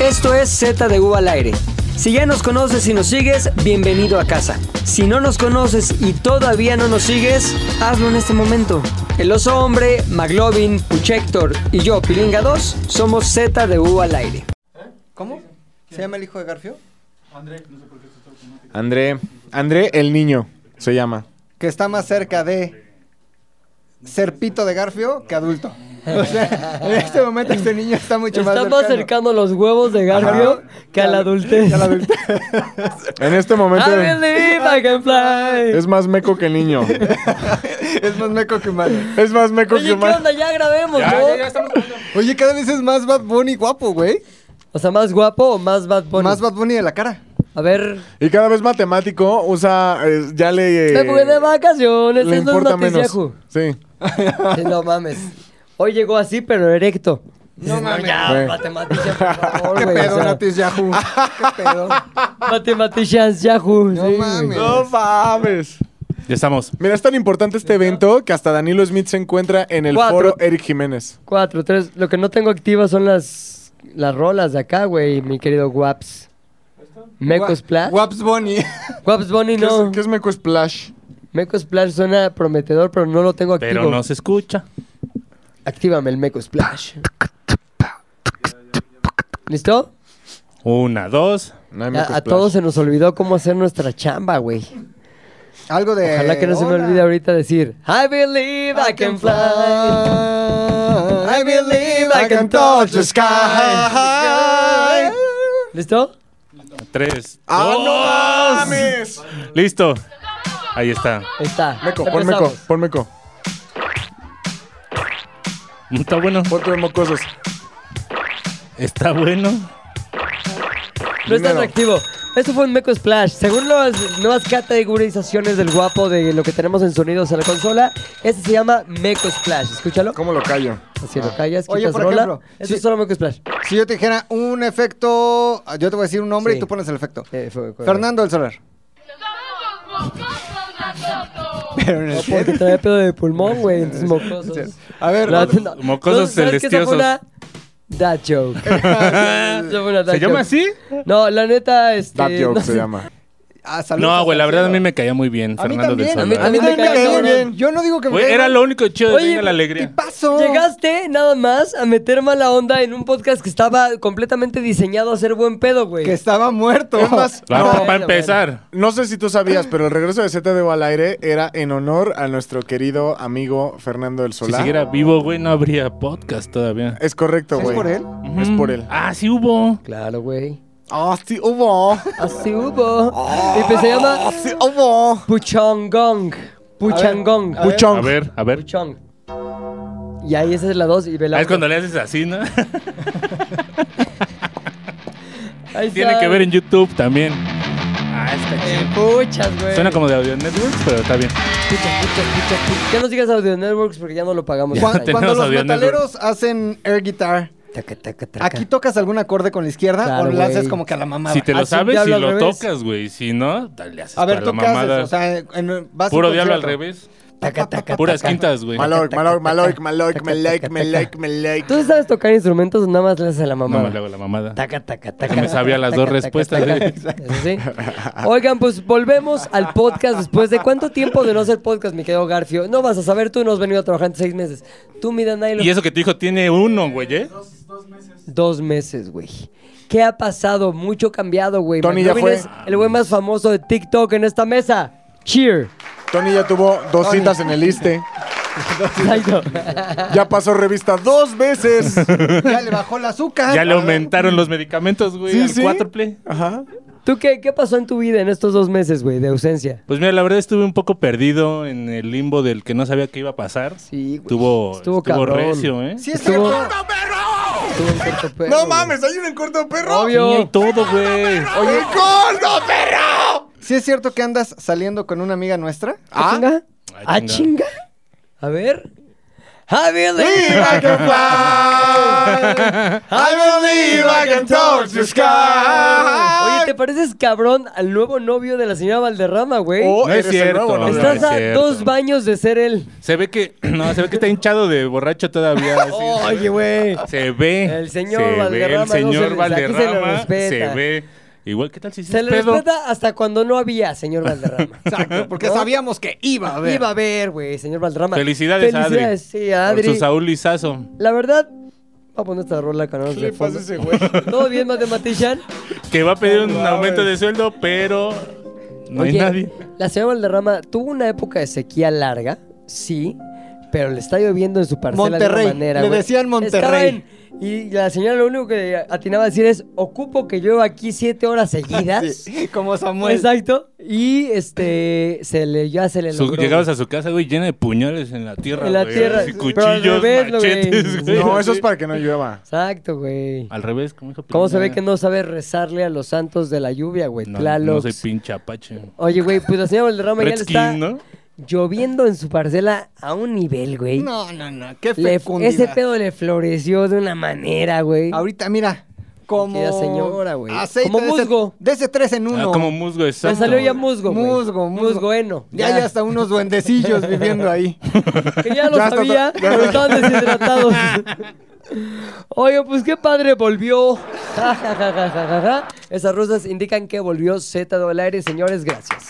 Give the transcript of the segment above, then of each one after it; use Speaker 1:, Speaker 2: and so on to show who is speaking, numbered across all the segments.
Speaker 1: Esto es Z de U al aire. Si ya nos conoces y nos sigues, bienvenido a casa. Si no nos conoces y todavía no nos sigues, hazlo en este momento. El oso hombre, Maglovin, Puchector y yo, Pilinga 2, somos Z de U al aire.
Speaker 2: ¿Cómo? ¿Se llama el hijo de Garfio?
Speaker 3: André. André el niño se llama.
Speaker 2: Que está más cerca de ser pito de Garfio que adulto. O sea, en este momento este niño está mucho más cercano.
Speaker 4: Estamos acercando los huevos de Garfio que a la adultez. Ah,
Speaker 2: Ya la adultez.
Speaker 3: En este momento
Speaker 4: I believe I can fly.
Speaker 3: es más meco que niño.
Speaker 2: es más meco que humano.
Speaker 3: Es más meco
Speaker 4: Oye,
Speaker 3: que
Speaker 4: ¿qué
Speaker 3: humano.
Speaker 4: onda? Ah, Ya grabemos, ¿no?
Speaker 2: Oye, cada vez es más Bad Bunny guapo, güey.
Speaker 4: O sea, ¿más guapo o más Bad Bunny?
Speaker 2: Más Bad Bunny de la cara.
Speaker 4: A ver.
Speaker 3: Y cada vez matemático usa, eh, ya le... eh,
Speaker 4: Me fui de vacaciones, eso
Speaker 3: le
Speaker 4: es
Speaker 3: importa
Speaker 4: noticia,
Speaker 3: menos.
Speaker 4: ju.
Speaker 3: Sí.
Speaker 4: Sí, No mames. Hoy llegó así, pero erecto.
Speaker 2: No mames.
Speaker 4: Ah,
Speaker 3: Güey.
Speaker 4: Matematician, por favor,
Speaker 2: ¿Qué
Speaker 4: güey, o
Speaker 2: pedo,
Speaker 4: sea,
Speaker 2: Natis Yahoo? ¿Qué pedo?
Speaker 4: Matematicians, Yahoo.
Speaker 2: No
Speaker 4: sí,
Speaker 2: mames.
Speaker 4: güey.
Speaker 3: No mames.
Speaker 5: Ya estamos.
Speaker 3: Mira, es tan importante este evento que hasta Danilo Smith se encuentra en el
Speaker 4: Cuatro.
Speaker 3: foro Eric Jiménez.
Speaker 4: Cuatro, tres. Lo que no tengo activas son las, las rolas de acá, güey, mi querido Guaps. Meco Splash.
Speaker 2: Waps Bunny.
Speaker 4: Guaps Bunny
Speaker 3: ¿Qué,
Speaker 4: no.
Speaker 3: es, qué es Meco Splash?
Speaker 4: Meco Splash suena prometedor, pero no lo tengo activo.
Speaker 5: Pero no se escucha.
Speaker 4: Actívame el Meco Splash. ¿Listo?
Speaker 5: Una, dos.
Speaker 3: No hay Meco
Speaker 4: A, a
Speaker 3: Splash.
Speaker 4: todos se nos olvidó cómo hacer nuestra chamba, güey.
Speaker 2: Algo de.
Speaker 4: Ojalá que no se me
Speaker 2: Hola.
Speaker 4: olvide ahorita decir I believe I can fly.
Speaker 2: I
Speaker 4: believe I can touch the sky. ¿Listo?
Speaker 5: Tres.
Speaker 3: ¡Ah,
Speaker 5: dos.
Speaker 3: no mames!
Speaker 5: Listo. Ahí está.
Speaker 4: Ahí Está.
Speaker 3: Meco,
Speaker 4: Ya
Speaker 3: pon Meco,
Speaker 4: empezamos.
Speaker 3: pon Meco.
Speaker 5: Está bueno.
Speaker 3: Pon tu de mocosos.
Speaker 5: Está bueno.
Speaker 4: No estás
Speaker 3: Primero.
Speaker 4: activo. Esto fue un Meco Splash. Según las nuevas categorizaciones del guapo de lo que tenemos en sonidos en la consola, este se llama Meco Splash. Escúchalo.
Speaker 3: ¿Cómo lo callo?
Speaker 4: Así lo callas,
Speaker 2: Oye,
Speaker 4: quitas
Speaker 2: por
Speaker 4: rola.
Speaker 2: ejemplo,
Speaker 4: Esto
Speaker 2: sí.
Speaker 4: es solo Meco Splash.
Speaker 2: Si yo te dijera un efecto, yo te voy a decir un nombre
Speaker 4: Sí.
Speaker 2: y tú pones el efecto.
Speaker 4: Eh, fue- fue-
Speaker 2: Fernando el Solar. Pero en
Speaker 4: No,
Speaker 2: el
Speaker 4: porque trae pedo de pulmón, güey. Entonces mocosos.
Speaker 2: A ver,
Speaker 4: La-
Speaker 2: otro-
Speaker 4: no.
Speaker 5: Mocosos
Speaker 4: ¿sabes qué? Esa fue
Speaker 5: celestiosos.
Speaker 4: una Dad joke. Esa fue una dad
Speaker 5: ¿Se llama
Speaker 4: joke.
Speaker 5: así?
Speaker 4: No, la neta, este.
Speaker 3: Dad joke
Speaker 4: no
Speaker 3: se
Speaker 4: sé.
Speaker 3: llama.
Speaker 2: ah, saludos
Speaker 5: No,
Speaker 2: al
Speaker 5: güey, la verdad a
Speaker 2: cielo.
Speaker 5: mí me caía muy bien
Speaker 2: A mí
Speaker 5: Fernando del
Speaker 2: también, a mí,
Speaker 5: Solar.
Speaker 2: a mí también me
Speaker 4: caía
Speaker 2: caía
Speaker 4: cabrón.
Speaker 2: bien. Yo no digo que me
Speaker 5: Güey,
Speaker 2: caiga
Speaker 5: era
Speaker 2: mal.
Speaker 5: lo único chido de
Speaker 4: Oye,
Speaker 5: Venga la
Speaker 2: ¿Qué
Speaker 5: Alegría.
Speaker 2: pasó?
Speaker 4: Llegaste nada más a meter mala onda en un podcast que estaba completamente diseñado a ser buen pedo, güey.
Speaker 2: Que estaba muerto.
Speaker 3: Es más,
Speaker 5: Va-
Speaker 4: No,
Speaker 5: va-
Speaker 4: bueno,
Speaker 5: Para empezar.
Speaker 3: No sé si tú sabías, pero el regreso de ZDU al aire era en honor a nuestro querido amigo Fernando del
Speaker 5: Si
Speaker 3: Solar.
Speaker 5: siguiera vivo, güey, no habría podcast todavía.
Speaker 3: Es correcto,
Speaker 2: ¿Es
Speaker 3: güey.
Speaker 2: por él?
Speaker 3: Es por él.
Speaker 5: Ah, sí hubo.
Speaker 4: Claro, güey.
Speaker 3: Ah, sí hubo.
Speaker 4: Así hubo. y pues se
Speaker 2: Ah,
Speaker 4: llama
Speaker 3: Sí hubo.
Speaker 4: Puchongong. Puchangong.
Speaker 2: A ver.
Speaker 3: Puchón.
Speaker 5: A ver, a ver.
Speaker 4: Puchong. Y ahí esa es la 2 y ve la
Speaker 5: Ah, es
Speaker 4: otra.
Speaker 5: cuando le haces así, ¿no?
Speaker 4: Ahí
Speaker 5: Tiene
Speaker 4: está.
Speaker 5: que ver en YouTube también. Ah, está
Speaker 4: Eh,
Speaker 5: chido.
Speaker 4: Puchas, güey.
Speaker 5: Suena como de Audio Networks, pero está bien.
Speaker 4: Pucha, pucha, pucha, pucha. Ya no sigas Audio Networks porque ya no lo pagamos.
Speaker 2: Cuan-
Speaker 4: Este año.
Speaker 2: cuando
Speaker 5: tenemos
Speaker 2: los
Speaker 5: Audio
Speaker 2: metaleros hacen air guitar,
Speaker 4: Taca, taca, taca.
Speaker 2: ¿aquí tocas algún acorde con la izquierda
Speaker 4: Claro,
Speaker 2: o lo haces
Speaker 4: güey.
Speaker 2: como que a la mamada?
Speaker 5: Si te lo
Speaker 4: Haz un
Speaker 5: sabes, si
Speaker 4: diablo al
Speaker 5: lo
Speaker 4: revés.
Speaker 5: tocas, güey. Si no, dale, le haces
Speaker 2: A ver,
Speaker 5: para
Speaker 2: ¿tú
Speaker 5: la
Speaker 2: qué
Speaker 5: mamada.
Speaker 2: haces? O sea, en- vas a
Speaker 5: Puro
Speaker 2: un
Speaker 5: diablo al
Speaker 2: concierto.
Speaker 5: revés.
Speaker 4: Taca, taca,
Speaker 5: Puras
Speaker 4: taca.
Speaker 5: quintas, güey. No
Speaker 3: Maloic, maloic, maloic, maloic, maloic, maloic, maloic.
Speaker 4: ¿Tú sí sabes tocar instrumentos o nada más le haces a la mamá?
Speaker 5: me le hago la mamada.
Speaker 4: Taca, taca, taca.
Speaker 5: Ya me sabía las dos respuestas, ¿eh?
Speaker 4: Eso sí. Oigan, pues volvemos al podcast después de cuánto tiempo de no hacer podcast, mi querido Garfio. No vas a saber, tú no has venido a trabajar en seis meses. Tú, mi Danilo,
Speaker 5: Y eso que tu hijo tiene uno, güey, ¿eh?
Speaker 4: dos meses, güey. ¿Qué ha pasado? Mucho cambiado, güey.
Speaker 3: Tony ya
Speaker 4: McLovin
Speaker 3: fue.
Speaker 4: es el güey más famoso de TikTok en esta mesa. Cheer.
Speaker 3: Tony ya tuvo dos citas en el ISTE.
Speaker 4: Exacto.
Speaker 3: Ya pasó revista dos veces.
Speaker 2: Ya le bajó el azúcar.
Speaker 5: Ya le aumentaron los medicamentos, güey,
Speaker 3: Ah, Sí,
Speaker 5: al
Speaker 3: sí.
Speaker 5: cuádruple.
Speaker 3: Ajá.
Speaker 4: ¿Tú qué, qué pasó en tu vida en estos dos meses, güey, de ausencia?
Speaker 5: Pues mira, la verdad estuve un poco perdido en el limbo del que no sabía qué iba a pasar.
Speaker 4: Sí, güey.
Speaker 5: Estuvo,
Speaker 4: Estuvo
Speaker 5: estuvo,
Speaker 4: cabrón.
Speaker 5: recio, ¿eh?
Speaker 2: Sí, es
Speaker 4: Estuvo-
Speaker 2: cierto.
Speaker 4: Estuvo en corto perro,
Speaker 3: No
Speaker 4: güey.
Speaker 3: mames, hay un en corto perro.
Speaker 5: Sí, hay
Speaker 4: Obvio.
Speaker 5: todo, güey.
Speaker 3: Oye, corto perro.
Speaker 2: ¿Sí es cierto que andas saliendo con una amiga nuestra?
Speaker 4: ¿Ah? ¿Chinga?
Speaker 5: Ah,
Speaker 4: ¿Ah,
Speaker 5: chinga.
Speaker 4: chinga? A ver. I believe
Speaker 3: I can fly. I believe I can touch the sky.
Speaker 4: Oye, te pareces cabrón al nuevo novio de la señora Valderrama, güey.
Speaker 3: O
Speaker 5: No es
Speaker 3: Oh, eres el
Speaker 5: cierto,
Speaker 3: nuevo, ¿no?
Speaker 5: Oh, no
Speaker 4: Estás
Speaker 5: es
Speaker 4: a
Speaker 5: cierto.
Speaker 4: dos baños de ser él.
Speaker 5: Se ve que, no, se ve que está hinchado de borracho todavía. así.
Speaker 4: Oye, güey.
Speaker 5: Se ve.
Speaker 4: El señor
Speaker 5: se ve,
Speaker 4: Valderrama,
Speaker 5: El
Speaker 4: no se-
Speaker 5: señor
Speaker 4: aquí se
Speaker 5: Valderrama
Speaker 4: le respeta.
Speaker 5: se, ve. Igual, ¿qué tal si
Speaker 4: Se
Speaker 5: es
Speaker 4: le
Speaker 5: pedo?
Speaker 4: respeta hasta cuando no había, señor Valderrama.
Speaker 2: Exacto, porque sabíamos que iba a haber.
Speaker 4: Iba a haber, güey, señor Valderrama.
Speaker 5: Felicidades, a Adri.
Speaker 4: Felicidades, sí, a Adri.
Speaker 5: Por su Saúl Lizazo.
Speaker 4: La verdad, va a poner esta rola con
Speaker 3: ¿Qué le
Speaker 4: de fondo.
Speaker 3: pasa a ese güey?
Speaker 4: ¿Todo bien, matematician?
Speaker 5: Que va a pedir un
Speaker 3: No mames.
Speaker 5: aumento de sueldo, pero no hay
Speaker 4: Oye,
Speaker 5: nadie.
Speaker 4: La señora Valderrama tuvo una época de sequía larga, sí, pero le está lloviendo en su parcela de
Speaker 2: Monterrey,
Speaker 4: una manera.
Speaker 2: le
Speaker 4: güey.
Speaker 2: decían
Speaker 4: Estaba en-
Speaker 2: Monterrey.
Speaker 4: y la señora lo único que atinaba a decir es, ocupo que llueva aquí siete horas seguidas.
Speaker 2: Sí, como Samuel.
Speaker 4: Exacto. Y este se le ya se le
Speaker 5: Su-
Speaker 4: logró,
Speaker 5: llegabas
Speaker 4: güey.
Speaker 5: a su casa, güey, llena de puñales en la tierra.
Speaker 4: En la
Speaker 5: güey,
Speaker 4: tierra,
Speaker 5: así,
Speaker 4: sí, pero al
Speaker 5: cuchillos,
Speaker 4: revés, lo güey.
Speaker 5: machetes, güey.
Speaker 3: No,
Speaker 5: así.
Speaker 3: eso es para que no llueva.
Speaker 4: Exacto, güey.
Speaker 5: Al revés, ¿cómo dijo?
Speaker 4: ¿Cómo se ve que no sabe rezarle a los santos de la lluvia, güey?
Speaker 5: No,
Speaker 4: Tlalocs.
Speaker 5: no soy pinche apache.
Speaker 4: Oye, güey, pues la señora Valderrama ya le
Speaker 5: Redskin,
Speaker 4: está
Speaker 5: ¿no?
Speaker 4: lloviendo en su parcela a un nivel, güey.
Speaker 2: No, no, no. Qué
Speaker 4: Le-
Speaker 2: fecundidad.
Speaker 4: ese pedo le floreció de una manera, güey.
Speaker 2: Ahorita, mira. Como.
Speaker 4: Qué señora, güey.
Speaker 2: Aceite
Speaker 4: Como
Speaker 2: de ese-
Speaker 4: musgo.
Speaker 2: De ese tres en
Speaker 5: Ah,
Speaker 2: uno.
Speaker 5: como musgo,
Speaker 4: Me
Speaker 5: exacto.
Speaker 4: salió ya musgo, güey.
Speaker 2: Musgo, musgo.
Speaker 4: Musgo heno.
Speaker 2: Ya hay hasta unos duendecillos viviendo ahí.
Speaker 4: Que ya lo
Speaker 3: Ya está-
Speaker 4: sabía,
Speaker 3: ya-
Speaker 4: pero estaban deshidratados. Oye, pues qué padre volvió. Ja, ja, ja, ja, ja, ja, ja. Esas rosas indican que volvió Z al aire, señores, gracias.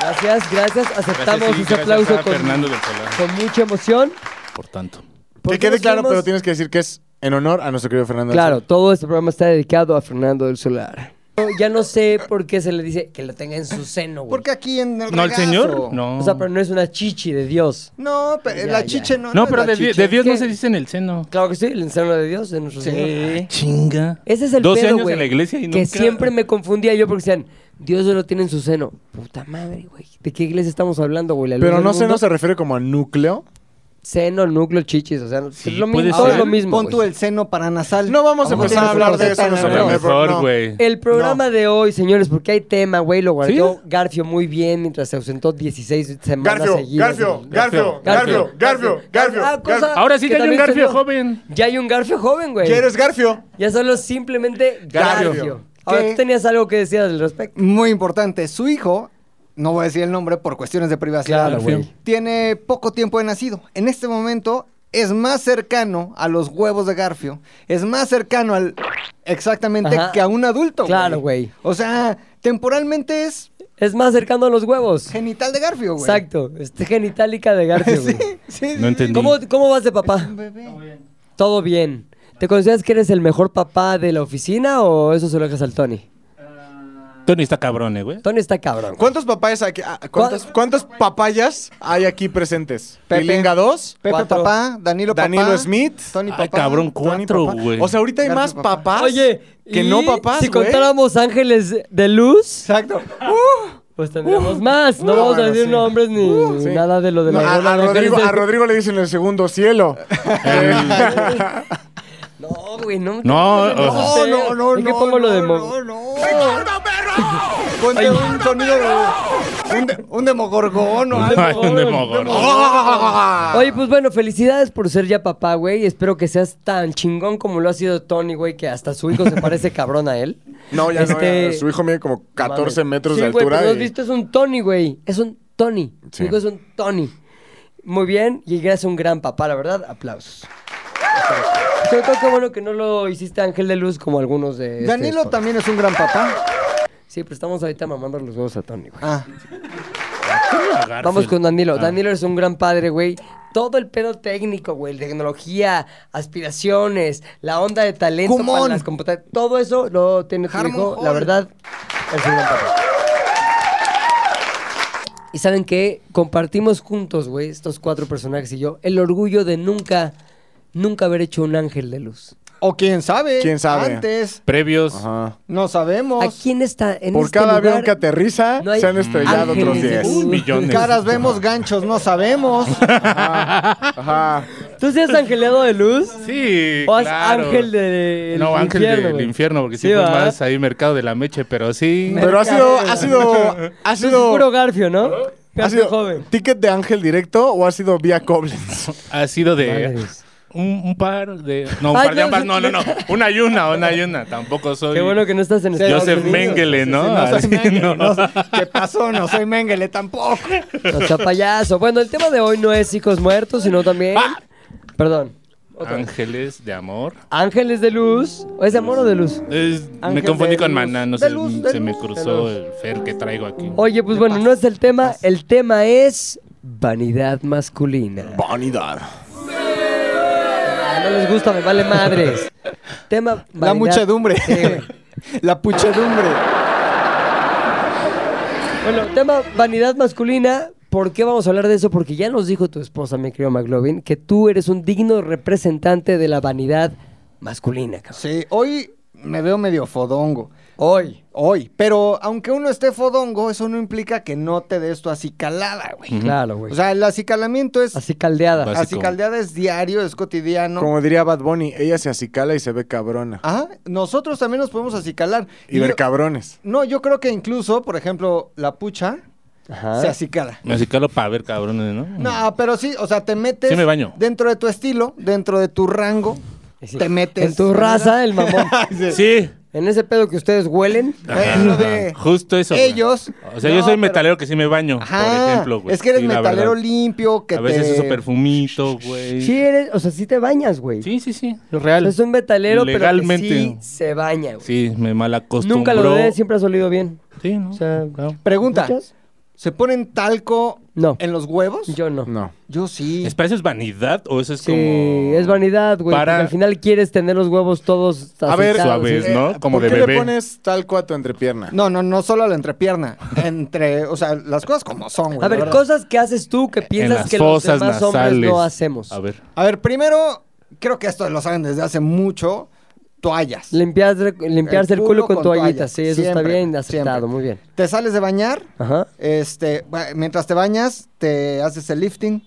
Speaker 4: Gracias, gracias.
Speaker 5: Gracias,
Speaker 4: Aceptamos ese
Speaker 5: sí, gracias
Speaker 4: aplauso
Speaker 5: a
Speaker 4: con,
Speaker 5: Fernando del Solar,
Speaker 4: con mucha emoción.
Speaker 5: por tanto.
Speaker 4: Porque
Speaker 3: Que quede
Speaker 4: nos
Speaker 3: claro,
Speaker 4: vemos-
Speaker 3: pero tienes que decir que es en honor a nuestro querido Fernando.
Speaker 4: Claro,
Speaker 3: Alonso.
Speaker 4: todo este programa está dedicado a Fernando del Solar. No, Ya no sé por qué se le dice que lo tenga en su seno, güey.
Speaker 2: Porque aquí en el
Speaker 5: ¿No el
Speaker 2: regazo.
Speaker 5: señor? No.
Speaker 4: O sea, pero no es una chichi de Dios.
Speaker 2: No, pero
Speaker 4: Ya,
Speaker 2: la
Speaker 4: ya.
Speaker 2: chiche no.
Speaker 5: No,
Speaker 2: es
Speaker 5: pero
Speaker 2: la
Speaker 5: de, di-
Speaker 2: chiche.
Speaker 5: de Dios
Speaker 4: ¿Qué?
Speaker 5: no se dice en el seno.
Speaker 4: Claro que sí, el seno de Dios en nuestro seno.
Speaker 5: Chinga.
Speaker 4: Ese es el
Speaker 5: 12
Speaker 4: pedo,
Speaker 5: años
Speaker 4: güey,
Speaker 5: en la iglesia y
Speaker 4: Que
Speaker 5: nunca-
Speaker 4: siempre me confundía yo porque decían, Dios lo tiene en su seno. Puta madre, güey. ¿De qué iglesia estamos hablando, güey? ¿La luz
Speaker 3: Pero
Speaker 4: del
Speaker 3: no sé,
Speaker 4: mundo?
Speaker 3: no se refiere como a núcleo.
Speaker 4: Seno, núcleo, chichis. O sea,
Speaker 5: Sí,
Speaker 4: es lo
Speaker 5: puede
Speaker 4: mismo, todo
Speaker 5: ser.
Speaker 4: es lo mismo. pues.
Speaker 2: Pon
Speaker 4: güey.
Speaker 2: tú el seno paranasal.
Speaker 3: No vamos a
Speaker 2: ¿Cómo
Speaker 3: empezar a
Speaker 2: tienes
Speaker 3: hablar de
Speaker 2: una
Speaker 3: eso
Speaker 2: roseta
Speaker 3: en nuestro
Speaker 5: A
Speaker 2: en el
Speaker 5: lo
Speaker 3: primer
Speaker 2: arroz?
Speaker 5: mejor,
Speaker 3: no.
Speaker 5: güey.
Speaker 4: El programa de hoy, señores, porque hay tema, güey. Lo guardó
Speaker 5: ¿Sí?
Speaker 4: Garfio muy bien mientras se ausentó 16 semanas
Speaker 3: Garfio,
Speaker 4: seguidas.
Speaker 3: Garfio,
Speaker 4: güey.
Speaker 3: Garfio,
Speaker 5: Garfio,
Speaker 3: Garfio, Garfio, Garfio.
Speaker 4: Ah, cosa
Speaker 3: Garfio.
Speaker 5: Ahora sí
Speaker 4: que
Speaker 5: que hay un
Speaker 4: también
Speaker 5: Garfio
Speaker 4: salió.
Speaker 5: joven.
Speaker 4: Ya hay un Garfio joven, güey.
Speaker 3: ¿Quieres Garfio?
Speaker 4: Ya solo simplemente Garfio.
Speaker 3: Garfio.
Speaker 4: Ahora,
Speaker 2: ¿Qué?
Speaker 4: tú tenías algo que decías al respecto.
Speaker 2: Muy importante. Su hijo, no voy a decir el nombre por cuestiones de privacidad.
Speaker 4: Claro, güey.
Speaker 2: Tiene poco tiempo de nacido. En este momento es más cercano a los huevos de Garfio. Es más cercano al. Exactamente,
Speaker 4: Ajá.
Speaker 2: que a un adulto.
Speaker 4: Claro, güey.
Speaker 2: O sea, temporalmente es
Speaker 4: Es más cercano a los huevos.
Speaker 2: genital de Garfio, güey.
Speaker 4: Exacto. Este genitálica de Garfio, güey.
Speaker 2: Sí, sí,
Speaker 5: No entendí.
Speaker 4: ¿Cómo, cómo vas de papá?
Speaker 2: bebé.
Speaker 4: Todo bien. ¿Te consideras que eres el mejor papá de la oficina o eso se lo dejas al Tony?
Speaker 5: Tony está cabrón, eh, güey.
Speaker 4: Tony está cabrón. güey.
Speaker 3: ¿Cuántos papayas aquí? ah, ¿Cuántos, cuántos papayas hay aquí presentes?
Speaker 2: Pepe.
Speaker 3: Pilinga 2,
Speaker 2: Pepe
Speaker 4: Cuatro.
Speaker 2: Papá, Danilo Papá.
Speaker 3: Danilo Smith.
Speaker 2: Tony
Speaker 5: Ay,
Speaker 2: Papá.
Speaker 3: Tony
Speaker 5: cabrón, cuatro,
Speaker 3: Papá.
Speaker 5: güey.
Speaker 3: O sea, ahorita hay
Speaker 2: Garfio
Speaker 3: más
Speaker 2: Papá.
Speaker 3: papás
Speaker 4: Oye,
Speaker 3: que
Speaker 4: y
Speaker 3: no papás,
Speaker 4: Si
Speaker 3: güey.
Speaker 4: contáramos ángeles de luz,
Speaker 2: Exacto.
Speaker 4: pues tendríamos más. No vamos a
Speaker 3: Uh, bueno,
Speaker 4: decir
Speaker 3: sí. Uh,
Speaker 4: nombres ni
Speaker 3: Sí.
Speaker 4: nada de lo de
Speaker 3: No,
Speaker 4: la
Speaker 3: a,
Speaker 4: bola
Speaker 3: a
Speaker 4: de ángeles
Speaker 3: Rodrigo,
Speaker 4: de-
Speaker 3: a Rodrigo le dicen el segundo cielo.
Speaker 4: No, güey, no.
Speaker 5: No, o-
Speaker 2: Oh,
Speaker 4: sé. Es que pongo lo de mo-
Speaker 2: Ponte un sonido de. Un, de, un demogorgón o
Speaker 5: Ay,
Speaker 2: algo.
Speaker 5: un demogorgon.
Speaker 4: Oye, pues bueno, felicidades por ser ya papá, güey. Espero que seas tan chingón como lo ha sido Tony, güey, que hasta su hijo se parece cabrón a él.
Speaker 3: No, ya
Speaker 4: Este-
Speaker 3: no. ya, Su hijo mide como 14
Speaker 4: Mames.
Speaker 3: metros
Speaker 4: Sí,
Speaker 3: de
Speaker 4: güey,
Speaker 3: altura.
Speaker 4: pero
Speaker 3: y-
Speaker 4: has visto, es un Tony, güey. Es un Tony.
Speaker 3: Sí.
Speaker 4: Su hijo es un Tony. Muy bien, y eres un gran papá, la verdad. Aplausos. Sobre todo, qué bueno que no lo hiciste Ángel de Luz como algunos de. este
Speaker 2: Danilo
Speaker 4: podcast.
Speaker 2: también es un gran papá.
Speaker 4: Sí, pero estamos ahorita mamando los huevos a Tony, güey.
Speaker 2: Ah,
Speaker 3: Ah,
Speaker 4: Vamos con Danilo. Danilo es un gran padre, güey. Todo el pedo técnico, güey. Tecnología, aspiraciones, la onda de talento
Speaker 2: Come
Speaker 4: para
Speaker 2: on.
Speaker 4: las computadoras. Todo eso lo tiene tu
Speaker 2: Harmon
Speaker 4: hijo.
Speaker 2: Hall.
Speaker 4: La verdad, es un gran padre. Y saben que compartimos juntos, güey, estos cuatro personajes y yo, el orgullo de nunca, nunca haber hecho un ángel de luz.
Speaker 2: o quién sabe.
Speaker 3: ¿Quién sabe?
Speaker 2: Antes,
Speaker 5: Previos.
Speaker 3: Ajá.
Speaker 2: no sabemos.
Speaker 4: Aquí en esta, en
Speaker 3: Por
Speaker 4: este
Speaker 3: cada avión
Speaker 4: lugar,
Speaker 3: que aterriza,
Speaker 4: no hay
Speaker 3: se han estrellado otros
Speaker 4: ángeles de
Speaker 3: 10.
Speaker 4: luz.
Speaker 5: Un millón.
Speaker 2: Caras vemos, ganchos no sabemos.
Speaker 3: Ajá.
Speaker 4: ¿Tú sí has angeleado de luz?
Speaker 5: Sí,
Speaker 4: ¿O has
Speaker 5: claro.
Speaker 4: ángel del
Speaker 5: no, ángel
Speaker 4: infierno,
Speaker 5: del
Speaker 4: güey?
Speaker 5: infierno, porque
Speaker 4: Sí,
Speaker 5: sí, fue
Speaker 4: ¿verdad?
Speaker 5: más ahí mercado de la meche, pero sí.
Speaker 3: Pero ha sido, ha sido, ha
Speaker 4: Eso es puro
Speaker 3: sido,
Speaker 4: Garfio, ¿no? Garfio
Speaker 3: ha sido
Speaker 4: joven.
Speaker 3: ticket de ángel directo o ha sido vía Koblenz.
Speaker 5: Ha sido de.
Speaker 4: Madres.
Speaker 5: un, un par de. No, un
Speaker 4: Ay,
Speaker 5: par de
Speaker 4: no,
Speaker 5: ambas. No, no, no. Una y una, una y una. Tampoco soy.
Speaker 4: Qué bueno que no estás en
Speaker 2: Sí,
Speaker 4: Estados
Speaker 5: Joseph
Speaker 4: Unidos.
Speaker 5: Mengele, ¿no?
Speaker 2: Sí, no soy
Speaker 5: Así,
Speaker 2: Mengele,
Speaker 5: no.
Speaker 2: no soy- ¿Qué pasó? No soy Mengele tampoco.
Speaker 4: O sea, payaso. Bueno, el tema de hoy no es hijos muertos, sino también.
Speaker 5: Ah.
Speaker 4: Perdón. Otra vez.
Speaker 5: Ángeles de amor.
Speaker 4: Ángeles de luz. ¿O ¿Es de amor o de luz?
Speaker 5: Es- me
Speaker 4: Ángel
Speaker 5: confundí
Speaker 4: de
Speaker 5: con
Speaker 4: luz.
Speaker 5: maná, no
Speaker 4: De
Speaker 5: sé,
Speaker 4: luz, de
Speaker 5: se me
Speaker 4: luz, de
Speaker 5: cruzó
Speaker 4: luz.
Speaker 5: el fer que traigo aquí.
Speaker 4: Oye, pues bueno, no es el tema. El tema es vanidad masculina.
Speaker 3: Vanidad.
Speaker 4: Ah, No les gusta, me vale madres. tema
Speaker 2: La
Speaker 4: vanidad-
Speaker 2: muchedumbre.
Speaker 4: Sí, güey.
Speaker 2: La puchedumbre.
Speaker 4: Bueno, tema vanidad masculina. ¿Por qué vamos a hablar de eso? Porque ya nos dijo tu esposa, mi querido McLovin, que tú eres un digno representante de la vanidad masculina, cabrón.
Speaker 2: Sí, hoy me veo medio fodongo. Hoy. Hoy. Pero aunque uno esté fodongo, eso no implica que no te des tu acicalada, güey.
Speaker 4: Claro, güey.
Speaker 2: O sea, el acicalamiento es...
Speaker 4: Así caldeada.
Speaker 5: Básico.
Speaker 2: Acicaldeada es diario, es cotidiano.
Speaker 3: Como diría Bad Bunny, ella se acicala y se ve cabrona.
Speaker 4: Ah,
Speaker 2: Ajá, Ah, nosotros también nos podemos acicalar.
Speaker 3: y ver
Speaker 2: yo-
Speaker 3: cabrones.
Speaker 2: No, yo creo que incluso, por ejemplo, la pucha
Speaker 3: Ah.
Speaker 4: Ajá.
Speaker 2: se acicala.
Speaker 5: Me acicalo para ver cabrones, ¿no?
Speaker 2: No, pero sí, o sea, te metes
Speaker 5: Sí me baño.
Speaker 2: dentro de tu estilo, dentro de tu rango,
Speaker 4: Sí.
Speaker 2: te metes.
Speaker 4: En tu raza, el mamón.
Speaker 5: Sí.
Speaker 4: En ese pedo que ustedes huelen.
Speaker 2: Eh, lo de
Speaker 5: Justo eso. güey.
Speaker 2: ellos.
Speaker 5: O sea, yo soy
Speaker 2: No, pero-
Speaker 5: metalero que sí me baño, por ejemplo, güey.
Speaker 2: Es que eres
Speaker 5: Sí, la
Speaker 2: metalero
Speaker 5: verdad.
Speaker 2: limpio, que
Speaker 5: A veces
Speaker 2: te...
Speaker 5: uso perfumito, güey.
Speaker 4: Sí eres, o sea, sí te bañas, güey.
Speaker 5: sí, sí, sí. Lo
Speaker 4: O sea,
Speaker 5: real.
Speaker 4: Es un metalero,
Speaker 5: Legalmente.
Speaker 4: pero que sí se baña, güey.
Speaker 5: Sí, me malacostumbró.
Speaker 4: Nunca lo de, siempre has olido bien.
Speaker 5: Sí, ¿no?
Speaker 4: O sea,
Speaker 5: Claro.
Speaker 2: Pregunta,
Speaker 4: ¿Muchas?
Speaker 2: ¿se ponen talco
Speaker 4: No.
Speaker 2: en los huevos?
Speaker 4: Yo no.
Speaker 3: No.
Speaker 2: Yo sí.
Speaker 5: ¿Es para eso es vanidad o eso es
Speaker 4: Sí,
Speaker 5: como...?
Speaker 4: es vanidad, güey.
Speaker 5: Para-
Speaker 4: porque Al final quieres tener los huevos todos
Speaker 3: A ver,
Speaker 4: aceitados,
Speaker 5: suaves,
Speaker 4: ¿sí?
Speaker 5: ¿no? Como
Speaker 3: Eh, ¿por
Speaker 5: de
Speaker 3: qué
Speaker 5: bebé.
Speaker 3: le pones talco a tu entrepierna?
Speaker 2: No, no, no solo a la entrepierna. Entre, o sea, las cosas como son, güey.
Speaker 4: A
Speaker 2: la
Speaker 4: ver,
Speaker 2: verdad.
Speaker 4: cosas que haces tú que
Speaker 5: En
Speaker 4: piensas
Speaker 5: las
Speaker 4: que los
Speaker 5: fosas
Speaker 4: demás hombres
Speaker 5: nasales.
Speaker 4: no hacemos.
Speaker 5: A ver.
Speaker 2: A ver, primero, creo que esto lo saben desde hace mucho, toallas.
Speaker 4: Limpiar- limpiarse el, culo con,
Speaker 2: toalla.
Speaker 4: toallitas, sí, eso está
Speaker 2: Siempre,
Speaker 4: bien aceptado,
Speaker 2: siempre.
Speaker 4: muy bien.
Speaker 2: Te sales de bañar,
Speaker 4: Ajá.
Speaker 2: este, ba- mientras te bañas, te haces el lifting.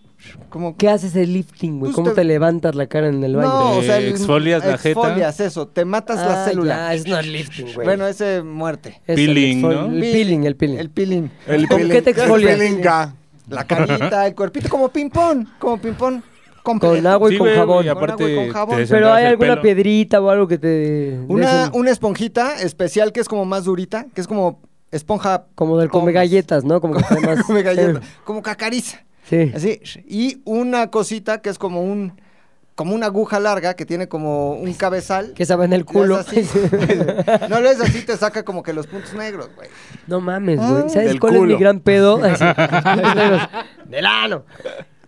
Speaker 2: Como
Speaker 4: ¿Qué haces el lifting, güey?
Speaker 2: Pues
Speaker 4: ¿Cómo
Speaker 2: te-
Speaker 4: te levantas la cara en el baño?
Speaker 2: No, o sea,
Speaker 3: Eh,
Speaker 2: el-
Speaker 5: Exfolias la jeta.
Speaker 2: Exfolias, eso, te matas la
Speaker 4: Ah,
Speaker 2: célula.
Speaker 4: ya, es no es lifting, güey.
Speaker 2: Bueno, ese muerte.
Speaker 4: Es
Speaker 5: peeling,
Speaker 4: el,
Speaker 5: ¿no?
Speaker 4: exfol- El peeling, el peeling.
Speaker 2: El peeling.
Speaker 3: El
Speaker 4: ¿Con
Speaker 3: peeling-
Speaker 4: qué te exfolias?
Speaker 3: El peeling K.
Speaker 2: La carita, el cuerpito, como ping-pong, como ping-pong.
Speaker 4: Con agua y
Speaker 5: Sí,
Speaker 4: con
Speaker 5: güey,
Speaker 4: jabón.
Speaker 5: Y aparte
Speaker 2: Con agua y con jabón.
Speaker 5: te
Speaker 4: Pero
Speaker 5: desenredas
Speaker 4: hay
Speaker 5: el
Speaker 4: alguna
Speaker 5: pelo.
Speaker 4: piedrita o algo que te... de
Speaker 2: Una,
Speaker 4: esas-
Speaker 2: una esponjita especial que es como más durita, que es como esponja.
Speaker 4: Como del come
Speaker 2: Comas.
Speaker 4: galletas, ¿no? Como que está más...
Speaker 2: Come galleta, como cacariza.
Speaker 4: eh, Sí.
Speaker 2: Así. Y una cosita que es como un. Como una aguja larga que tiene como un cabezal.
Speaker 4: Que se va en el
Speaker 2: Le
Speaker 4: culo.
Speaker 2: haces así. no le es así, te saca como que los puntos negros, güey.
Speaker 4: No mames, güey.
Speaker 2: Ah.
Speaker 4: ¿Sabes
Speaker 3: Del
Speaker 4: cuál es
Speaker 3: culo.
Speaker 4: mi gran pedo? Así, los negros. Del ano.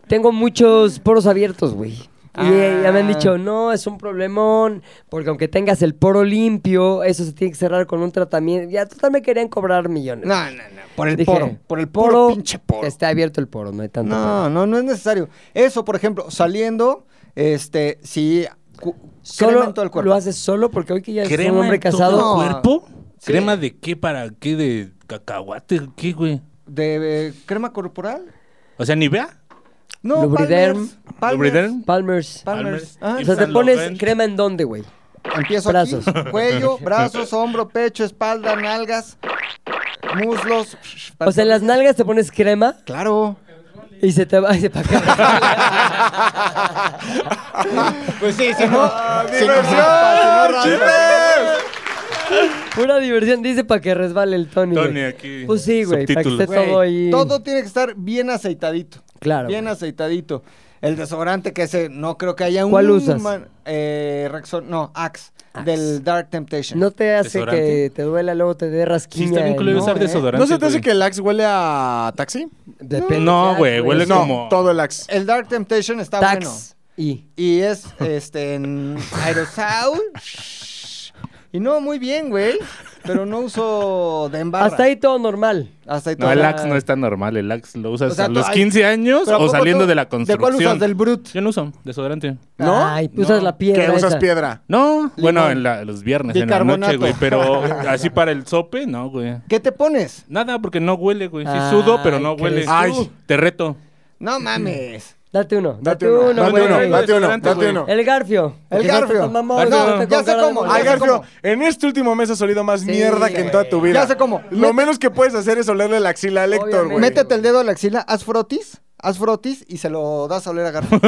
Speaker 4: Tengo muchos poros abiertos, güey. Y eh, ya me han
Speaker 5: Ah.
Speaker 4: dicho, no, es un problemón, porque aunque tengas el poro limpio, eso se tiene que cerrar con un tratamiento. Ya total me querían cobrar millones.
Speaker 2: No, no, no. Por el
Speaker 4: Dije,
Speaker 2: poro. Por el poro, pinche poro.
Speaker 4: Está abierto el poro, no hay tanto.
Speaker 2: No, no, no es necesario. Eso, por ejemplo, saliendo, este, si cu- crema en todo el
Speaker 4: Solo
Speaker 2: cuerpo.
Speaker 4: lo haces solo porque hoy que ya es
Speaker 5: ¿Crema
Speaker 4: un hombre
Speaker 5: en todo
Speaker 4: casado.
Speaker 5: el
Speaker 2: No.
Speaker 5: cuerpo? ¿Crema de qué? ¿Para qué? ¿De cacahuate? ¿Qué, güey?
Speaker 2: de eh, crema corporal?
Speaker 5: O sea, ni vea.
Speaker 2: No,
Speaker 4: Lubriderm.
Speaker 2: Palmer's, Palmer's,
Speaker 5: Lubriderm.
Speaker 4: Palmers.
Speaker 2: Palmer's. Ah,
Speaker 4: O sea, te
Speaker 5: Saint
Speaker 4: pones
Speaker 5: Laurent.
Speaker 4: crema en dónde, güey.
Speaker 2: Empiezo
Speaker 4: Brazos.
Speaker 2: aquí, cuello, brazos, hombro, pecho, espalda, nalgas, muslos.
Speaker 4: O sea, en las nalgas te pones crema
Speaker 2: Claro.
Speaker 4: y se te va. Y se pa' acá.
Speaker 2: Pues sí, si no...
Speaker 3: Ah,
Speaker 2: si no- si no-
Speaker 4: Pura diversión, dice para que resbale el Tony. güey.
Speaker 5: Tony, aquí,
Speaker 4: Pues sí, güey, para que esté
Speaker 5: subtítulos.
Speaker 2: Güey,
Speaker 4: todo ahí.
Speaker 2: todo tiene que estar bien aceitadito.
Speaker 4: Claro.
Speaker 2: Bien
Speaker 4: güey.
Speaker 2: aceitadito. El desodorante que ese, no creo que haya un...
Speaker 4: ¿Cuál usas?
Speaker 2: man- eh, Rexon, no, Axe,
Speaker 4: Axe.
Speaker 2: del Dark Temptation.
Speaker 4: No te hace
Speaker 5: Desodorante.
Speaker 4: que te duela, luego te dé
Speaker 5: Sí,
Speaker 4: rasquiña.
Speaker 5: está bien culero
Speaker 4: ¿no?
Speaker 5: usar
Speaker 2: eh.
Speaker 5: desodorante.
Speaker 3: ¿No se te hace
Speaker 5: güey.
Speaker 3: que el Axe huele a taxi?
Speaker 4: Depende
Speaker 5: No,
Speaker 4: de-
Speaker 5: güey, huele
Speaker 4: sí.
Speaker 3: no,
Speaker 5: como-
Speaker 3: todo el Axe.
Speaker 2: El Dark Temptation está
Speaker 4: Tax.
Speaker 2: bueno.
Speaker 4: Y.
Speaker 2: Y es, este, en aerosol. y no, muy bien, güey. Pero no uso de embarra.
Speaker 4: Hasta ahí todo normal.
Speaker 2: Hasta ahí
Speaker 5: No,
Speaker 2: todo.
Speaker 5: el Axe no está normal. El Axe lo usas
Speaker 2: O sea,
Speaker 5: a los
Speaker 2: tú- ay,
Speaker 5: 15 años
Speaker 2: pero ¿a
Speaker 5: o
Speaker 2: poco
Speaker 5: saliendo
Speaker 2: tú-
Speaker 5: de la
Speaker 2: ¿De
Speaker 5: construcción.
Speaker 2: cuál usas? ¿Del Brut?
Speaker 5: Yo no uso desodorante.
Speaker 3: ¿No?
Speaker 4: Ay, pues usas la piedra.
Speaker 3: ¿Qué usas
Speaker 4: esa.
Speaker 3: piedra?
Speaker 5: No, bueno, en la- los viernes, en la
Speaker 2: Bicarbonato.
Speaker 5: noche, güey. Pero así para el sope, no, güey.
Speaker 2: ¿Qué te pones?
Speaker 5: Nada, porque no huele, güey. Sí
Speaker 2: Ah,
Speaker 4: Ay,
Speaker 5: sudo, pero no
Speaker 4: ¿crees
Speaker 5: huele.
Speaker 4: tú?
Speaker 5: Ay, te reto.
Speaker 2: No mames.
Speaker 4: Date uno.
Speaker 3: Date uno, date
Speaker 4: güey.
Speaker 3: uno, date
Speaker 5: güey.
Speaker 3: uno,
Speaker 5: Desodorante,
Speaker 3: date
Speaker 5: güey.
Speaker 3: uno.
Speaker 4: El Garfio.
Speaker 2: El
Speaker 4: Porque no te
Speaker 2: Garfio.
Speaker 4: tan mamón,
Speaker 5: Dale,
Speaker 4: güey,
Speaker 5: no,
Speaker 4: te
Speaker 2: ya
Speaker 4: con
Speaker 2: sé
Speaker 4: cara de
Speaker 2: cómo,
Speaker 4: mole.
Speaker 3: Ay,
Speaker 2: Ya sé
Speaker 3: Garfio,
Speaker 2: cómo.
Speaker 3: en este último mes has olido más
Speaker 4: Sí,
Speaker 3: mierda que en toda tu
Speaker 4: güey.
Speaker 3: vida.
Speaker 2: Ya sé cómo.
Speaker 3: Lo menos que puedes hacer es olerle la axila al Héctor,
Speaker 4: Obviamente.
Speaker 3: güey.
Speaker 2: Métete el dedo a la axila, haz frotis, haz frotis y se lo das a oler a Garfio.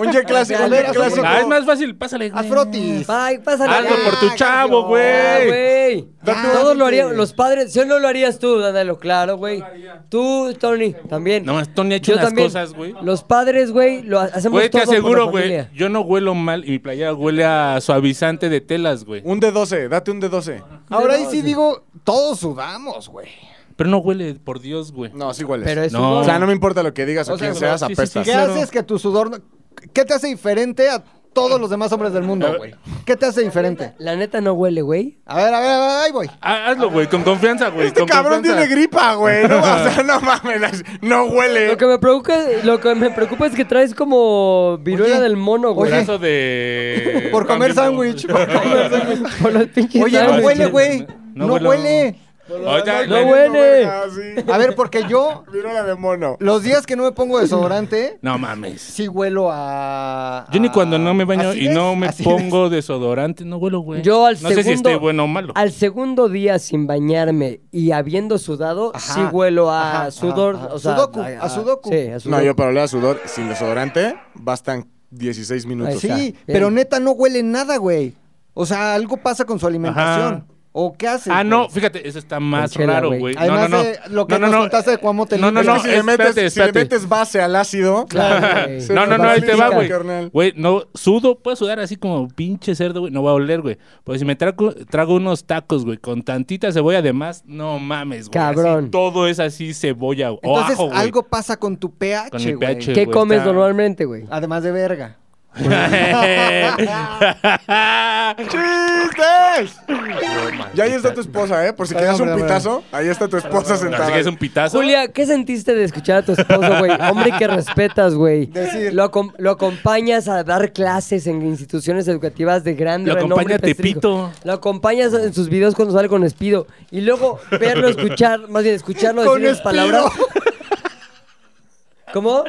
Speaker 3: Un ye clásico, un
Speaker 2: Dale,
Speaker 3: ye
Speaker 2: dale,
Speaker 3: clásico.
Speaker 5: Ah, es más fácil, pásale.
Speaker 2: haz
Speaker 5: güey.
Speaker 2: frotis.
Speaker 4: Ay, pásale.
Speaker 5: Hazlo
Speaker 4: Ah,
Speaker 5: por tu
Speaker 2: Ah,
Speaker 5: chavo,
Speaker 2: Garfio.
Speaker 5: güey.
Speaker 4: güey. Ah,
Speaker 2: Date un
Speaker 4: Todos
Speaker 2: golpe.
Speaker 4: lo harían, los padres. Yo no lo harías tú, Danilo, claro, güey. Tú, Tony, también.
Speaker 5: No, más, Tony ha hecho
Speaker 4: Yo
Speaker 5: unas
Speaker 4: también.
Speaker 5: cosas, güey.
Speaker 4: Los padres, güey, lo ha- hacemos
Speaker 5: Güey, te
Speaker 4: todo por la
Speaker 5: aseguro, güey.
Speaker 4: familia.
Speaker 5: Yo no huelo mal y mi playera huele a suavizante de telas, güey.
Speaker 3: Un de 12, date un de 12.
Speaker 2: Ahora ahí sí digo, todos sudamos, güey.
Speaker 5: Pero no huele, por Dios, güey.
Speaker 3: No, sí hueles.
Speaker 4: Pero es
Speaker 5: No.
Speaker 4: sudor.
Speaker 3: O sea, no me importa lo que digas o,
Speaker 5: O sea,
Speaker 3: quién
Speaker 5: no,
Speaker 3: seas,
Speaker 5: sí, sí, sí,
Speaker 3: apestas.
Speaker 2: ¿Qué
Speaker 5: Claro.
Speaker 2: haces que tu sudor... no- ¿Qué te hace diferente a todos los demás hombres del mundo, güey? ¿Qué te hace diferente?
Speaker 4: La neta no huele, güey.
Speaker 2: A ver, a ver, a ver, ahí voy.
Speaker 5: Ah, hazlo, güey, con confianza, güey.
Speaker 3: Este
Speaker 5: con
Speaker 3: cabrón
Speaker 5: confianza.
Speaker 3: tiene gripa, güey. No, o sea, no mames, no huele.
Speaker 4: Lo que me preocupa, lo que me preocupa es que traes como viruela
Speaker 2: Oye,
Speaker 4: del mono, güey.
Speaker 2: oye.
Speaker 5: Pedazo de.
Speaker 2: Por comer sándwich. por comer sándwich.
Speaker 4: Por los pinches
Speaker 2: Oye, no
Speaker 4: sándwiches.
Speaker 2: huele, güey.
Speaker 5: No
Speaker 2: No,
Speaker 5: huele.
Speaker 2: huele.
Speaker 5: Ahorita-
Speaker 4: No huele.
Speaker 3: Ah, sí.
Speaker 2: A ver, porque yo,
Speaker 3: Miró la de mono.
Speaker 2: los días que no me pongo desodorante,
Speaker 5: No mames.
Speaker 2: sí huelo a.
Speaker 5: Yo ni
Speaker 2: a-
Speaker 5: cuando no me baño
Speaker 2: Así
Speaker 5: y
Speaker 2: es,
Speaker 5: no me
Speaker 2: así
Speaker 5: pongo desodorante, no huelo, güey.
Speaker 4: Yo al
Speaker 5: no
Speaker 4: segundo,
Speaker 5: sé si esté bueno o malo.
Speaker 4: Al segundo día sin bañarme y habiendo sudado,
Speaker 2: Ajá,
Speaker 4: sí huelo a
Speaker 2: ajá,
Speaker 4: sudor.
Speaker 2: ajá, ajá.
Speaker 4: O sea,
Speaker 2: Sudoku, a sudoku.
Speaker 4: Sí, a
Speaker 3: No,
Speaker 4: sudoku.
Speaker 3: yo para oler a sudor sin desodorante bastan 16
Speaker 2: es.
Speaker 3: minutos. Ah.
Speaker 2: Sí,
Speaker 4: Ahí está,
Speaker 2: pero
Speaker 4: bien.
Speaker 2: neta no huele nada, güey. O sea, algo pasa con su alimentación.
Speaker 5: eh. Ajá.
Speaker 2: ¿O qué hace?
Speaker 5: Ah, no, fíjate, eso está más
Speaker 4: chela,
Speaker 5: raro,
Speaker 4: güey.
Speaker 5: güey. No,
Speaker 2: Además
Speaker 5: no, no.
Speaker 2: de lo que
Speaker 5: No, no,
Speaker 2: nos
Speaker 5: no.
Speaker 2: contaste de Cuamote
Speaker 5: No, no,
Speaker 3: Es
Speaker 5: no.
Speaker 3: que si, le metes,
Speaker 5: espérate,
Speaker 3: si le
Speaker 5: espérate.
Speaker 3: metes base al ácido.
Speaker 4: Claro, güey.
Speaker 3: se
Speaker 5: No,
Speaker 3: nos
Speaker 5: no, no, ahí te va,
Speaker 3: complica,
Speaker 5: güey.
Speaker 3: carnal.
Speaker 5: Güey, no, sudo, puedo sudar así como pinche cerdo, güey. No va a oler, güey. Pero si me trago, trago unos tacos, güey, con tantita cebolla además, no mames, güey. Así
Speaker 4: Cabrón.
Speaker 5: todo es así cebolla güey, o
Speaker 2: Entonces,
Speaker 5: ajo, güey.
Speaker 2: algo pasa con tu pH,
Speaker 5: Con mi
Speaker 2: güey.
Speaker 5: pH.
Speaker 4: ¿Qué
Speaker 5: güey,
Speaker 4: comes
Speaker 5: está-
Speaker 4: normalmente, güey?
Speaker 2: Además de verga.
Speaker 3: ¡Chistes! Y ahí está tu esposa, ¿eh? Por si quedas un
Speaker 2: Hombre, hombre.
Speaker 3: pitazo, ahí está tu esposa sentada.
Speaker 5: Así que es un pitazo.
Speaker 4: Julia, ¿qué sentiste de escuchar a tu esposo, güey? Hombre que respetas, güey.
Speaker 2: Decir.
Speaker 4: Lo, acom- lo acompañas a dar clases en instituciones educativas de grande
Speaker 5: Lo
Speaker 4: renombre
Speaker 5: acompaña a
Speaker 4: prestigio.
Speaker 5: Tepito.
Speaker 4: Lo acompañas en sus videos cuando sale con Espido. Y luego verlo escuchar, más bien escucharlo
Speaker 2: Con
Speaker 4: decir las
Speaker 2: Espido.
Speaker 4: palabras. ¿Cómo?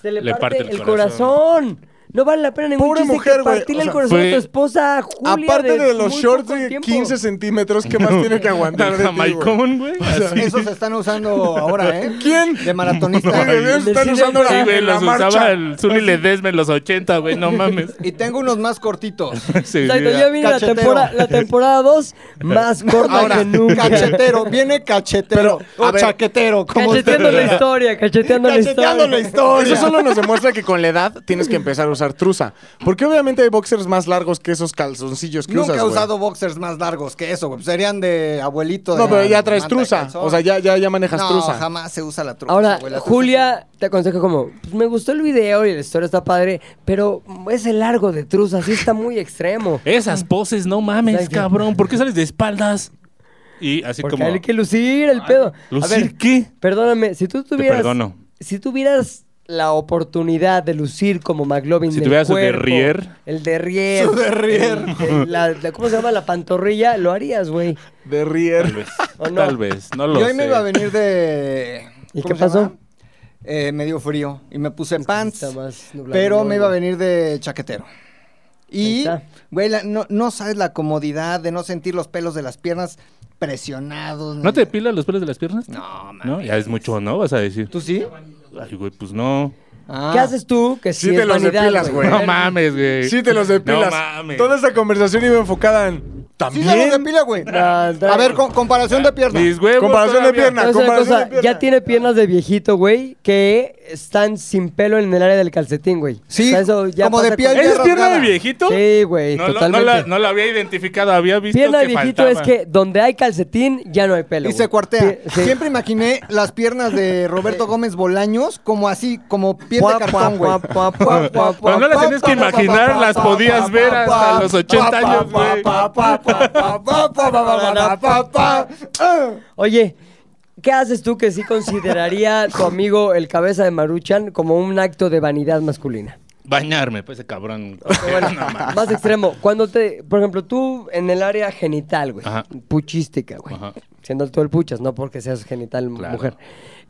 Speaker 4: Se le, parte, el corazón. No vale la pena ningún
Speaker 3: Pobre
Speaker 4: chiste
Speaker 3: mujer,
Speaker 4: que
Speaker 3: güey.
Speaker 4: partirle
Speaker 3: O sea,
Speaker 4: el corazón
Speaker 5: fue-
Speaker 4: a tu esposa, Julia.
Speaker 3: Aparte de los
Speaker 4: muy
Speaker 3: shorts
Speaker 4: poco
Speaker 3: de
Speaker 4: tiempo.
Speaker 3: 15 centímetros, ¿qué más tiene que aguantar
Speaker 5: Del
Speaker 3: de ti, güey?
Speaker 5: jamaicón, güey. así.
Speaker 2: Esos se están usando ahora, ¿eh?
Speaker 3: ¿Quién?
Speaker 2: De maratonista.
Speaker 3: Güey, ellos
Speaker 4: Del
Speaker 3: están
Speaker 4: cine,
Speaker 3: usando la,
Speaker 5: Sí, güey,
Speaker 3: la
Speaker 5: los
Speaker 3: marcha.
Speaker 5: usaba el Zuli Ledesma en los 80, güey, no mames.
Speaker 2: Y tengo unos más cortitos.
Speaker 5: Sí,
Speaker 4: Exacto,
Speaker 5: sí,
Speaker 4: ya viene la
Speaker 2: Cachetero.
Speaker 4: temporada, la temporada 2 más corta
Speaker 2: Ahora,
Speaker 4: que nunca.
Speaker 2: cachetero, viene cachetero.
Speaker 3: Pero, a
Speaker 2: o
Speaker 3: ver,
Speaker 2: chaquetero, como
Speaker 4: Cacheteando la
Speaker 2: usted-
Speaker 4: historia, cacheteando,
Speaker 2: Cacheteando la historia.
Speaker 3: Eso solo nos demuestra que con la edad tienes que empezar a usar trusa. Porque obviamente hay boxers más largos que esos calzoncillos que
Speaker 2: Nunca
Speaker 3: usas,
Speaker 2: he
Speaker 3: güey.
Speaker 2: usado boxers más largos que eso, güey. Serían de abuelito. de
Speaker 3: No, pero ya
Speaker 2: manta
Speaker 3: traes
Speaker 2: de
Speaker 3: trusa.
Speaker 2: calzón.
Speaker 3: O sea, ya, ya, ya manejas
Speaker 2: no,
Speaker 3: trusa.
Speaker 2: jamás se usa la trusa.
Speaker 4: Ahora,
Speaker 2: güey, la trusa
Speaker 4: Julia te aconseja como, pues, me gustó el video y la historia está padre, pero es el largo de truza, así está muy extremo.
Speaker 5: Esas poses, no mames,
Speaker 4: Exacto.
Speaker 5: cabrón. ¿Por qué sales de espaldas? Y así
Speaker 4: Porque
Speaker 5: como.
Speaker 4: hay que lucir el pedo.
Speaker 5: ¿lucir
Speaker 4: a ver,
Speaker 5: qué?
Speaker 4: Perdóname, si tú tuvieras...
Speaker 5: perdono.
Speaker 4: Si tuvieras la oportunidad de lucir como McLovin
Speaker 5: Si
Speaker 4: del
Speaker 5: tuvieras su
Speaker 4: cuerpo,
Speaker 5: derrier.
Speaker 4: El derrier. Su derrier. ¿Cómo se llama? La pantorrilla. Lo harías, güey.
Speaker 3: De
Speaker 5: Tal
Speaker 3: rier.
Speaker 5: vez.
Speaker 4: ¿O no?
Speaker 5: Tal vez, no
Speaker 2: es-
Speaker 5: lo
Speaker 2: Yo
Speaker 5: sé.
Speaker 2: hoy me iba a venir de.
Speaker 4: ¿Y
Speaker 2: ¿cómo
Speaker 4: qué
Speaker 2: se
Speaker 4: pasó?
Speaker 2: llama? Eh, me dio frío y me puse
Speaker 4: que
Speaker 2: pants.
Speaker 4: está más nublado,
Speaker 2: pero
Speaker 4: ¿no,
Speaker 2: me iba a
Speaker 4: güey?
Speaker 2: venir de chaquetero. Y,
Speaker 4: Ahí está.
Speaker 2: güey, la- no, no sabes la comodidad de no sentir los pelos de las piernas presionados.
Speaker 5: ¿No
Speaker 2: ni-
Speaker 5: te pilas los pelos de las piernas?
Speaker 2: No, mames.
Speaker 5: No, ya es mucho, ¿no? Vas a decir.
Speaker 2: ¿Tú sí?
Speaker 5: Ay, güey, pues no.
Speaker 2: Ah.
Speaker 4: ¿Qué haces tú? Que
Speaker 3: Sí
Speaker 4: sí,
Speaker 3: te
Speaker 4: es
Speaker 3: los
Speaker 4: vanidad,
Speaker 3: depilas, güey.
Speaker 5: No mames, güey.
Speaker 3: Sí, te los depilas.
Speaker 5: No mames.
Speaker 3: Toda esa conversación iba enfocada en.
Speaker 2: Sí,
Speaker 3: También.
Speaker 2: se los depila, güey. A ver, con- comparación de piernas.
Speaker 5: Mis huevos.
Speaker 3: Comparación de
Speaker 5: todavía.
Speaker 3: pierna.
Speaker 4: Te voy a decir una
Speaker 3: comparación de
Speaker 4: cosa,
Speaker 3: pierna.
Speaker 4: ya tiene piernas de viejito, güey, que están sin pelo en el área del calcetín, güey.
Speaker 2: Sí, como de
Speaker 4: pasa
Speaker 2: piel
Speaker 4: con-
Speaker 2: ya
Speaker 5: ¿Es pierna
Speaker 2: rasgada.
Speaker 5: de viejito?
Speaker 4: Sí, güey,
Speaker 5: No, lo- no
Speaker 4: totalmente.
Speaker 5: la, no la había identificado, había visto
Speaker 4: Pierna de
Speaker 5: que
Speaker 4: viejito
Speaker 5: faltaba.
Speaker 4: es que donde hay calcetín ya no hay pelo.
Speaker 2: Y
Speaker 4: güey.
Speaker 2: se cuartea.
Speaker 4: Pie- sí.
Speaker 2: Siempre imaginé las piernas de Roberto Gómez Bolaños como así, como pie de
Speaker 4: Pua,
Speaker 2: cartón, güey.
Speaker 4: pua, pua, pua, pua, pua.
Speaker 5: Cuando no las tenías que imaginar, las podías ver hasta los 80 años, güey.
Speaker 4: Oye, ¿qué haces tú que sí consideraría tu amigo el cabeza de Maruchan como un acto de vanidad masculina?
Speaker 5: Bañarme, pues ese cabrón.
Speaker 4: Bueno,
Speaker 5: No mames.
Speaker 4: más extremo. Cuando te, por ejemplo, tú en el área genital, güey,
Speaker 5: Ajá.
Speaker 4: puchística, güey,
Speaker 5: Ajá.
Speaker 4: siendo tú el puchas, no porque seas genital m-
Speaker 5: Claro.
Speaker 4: mujer.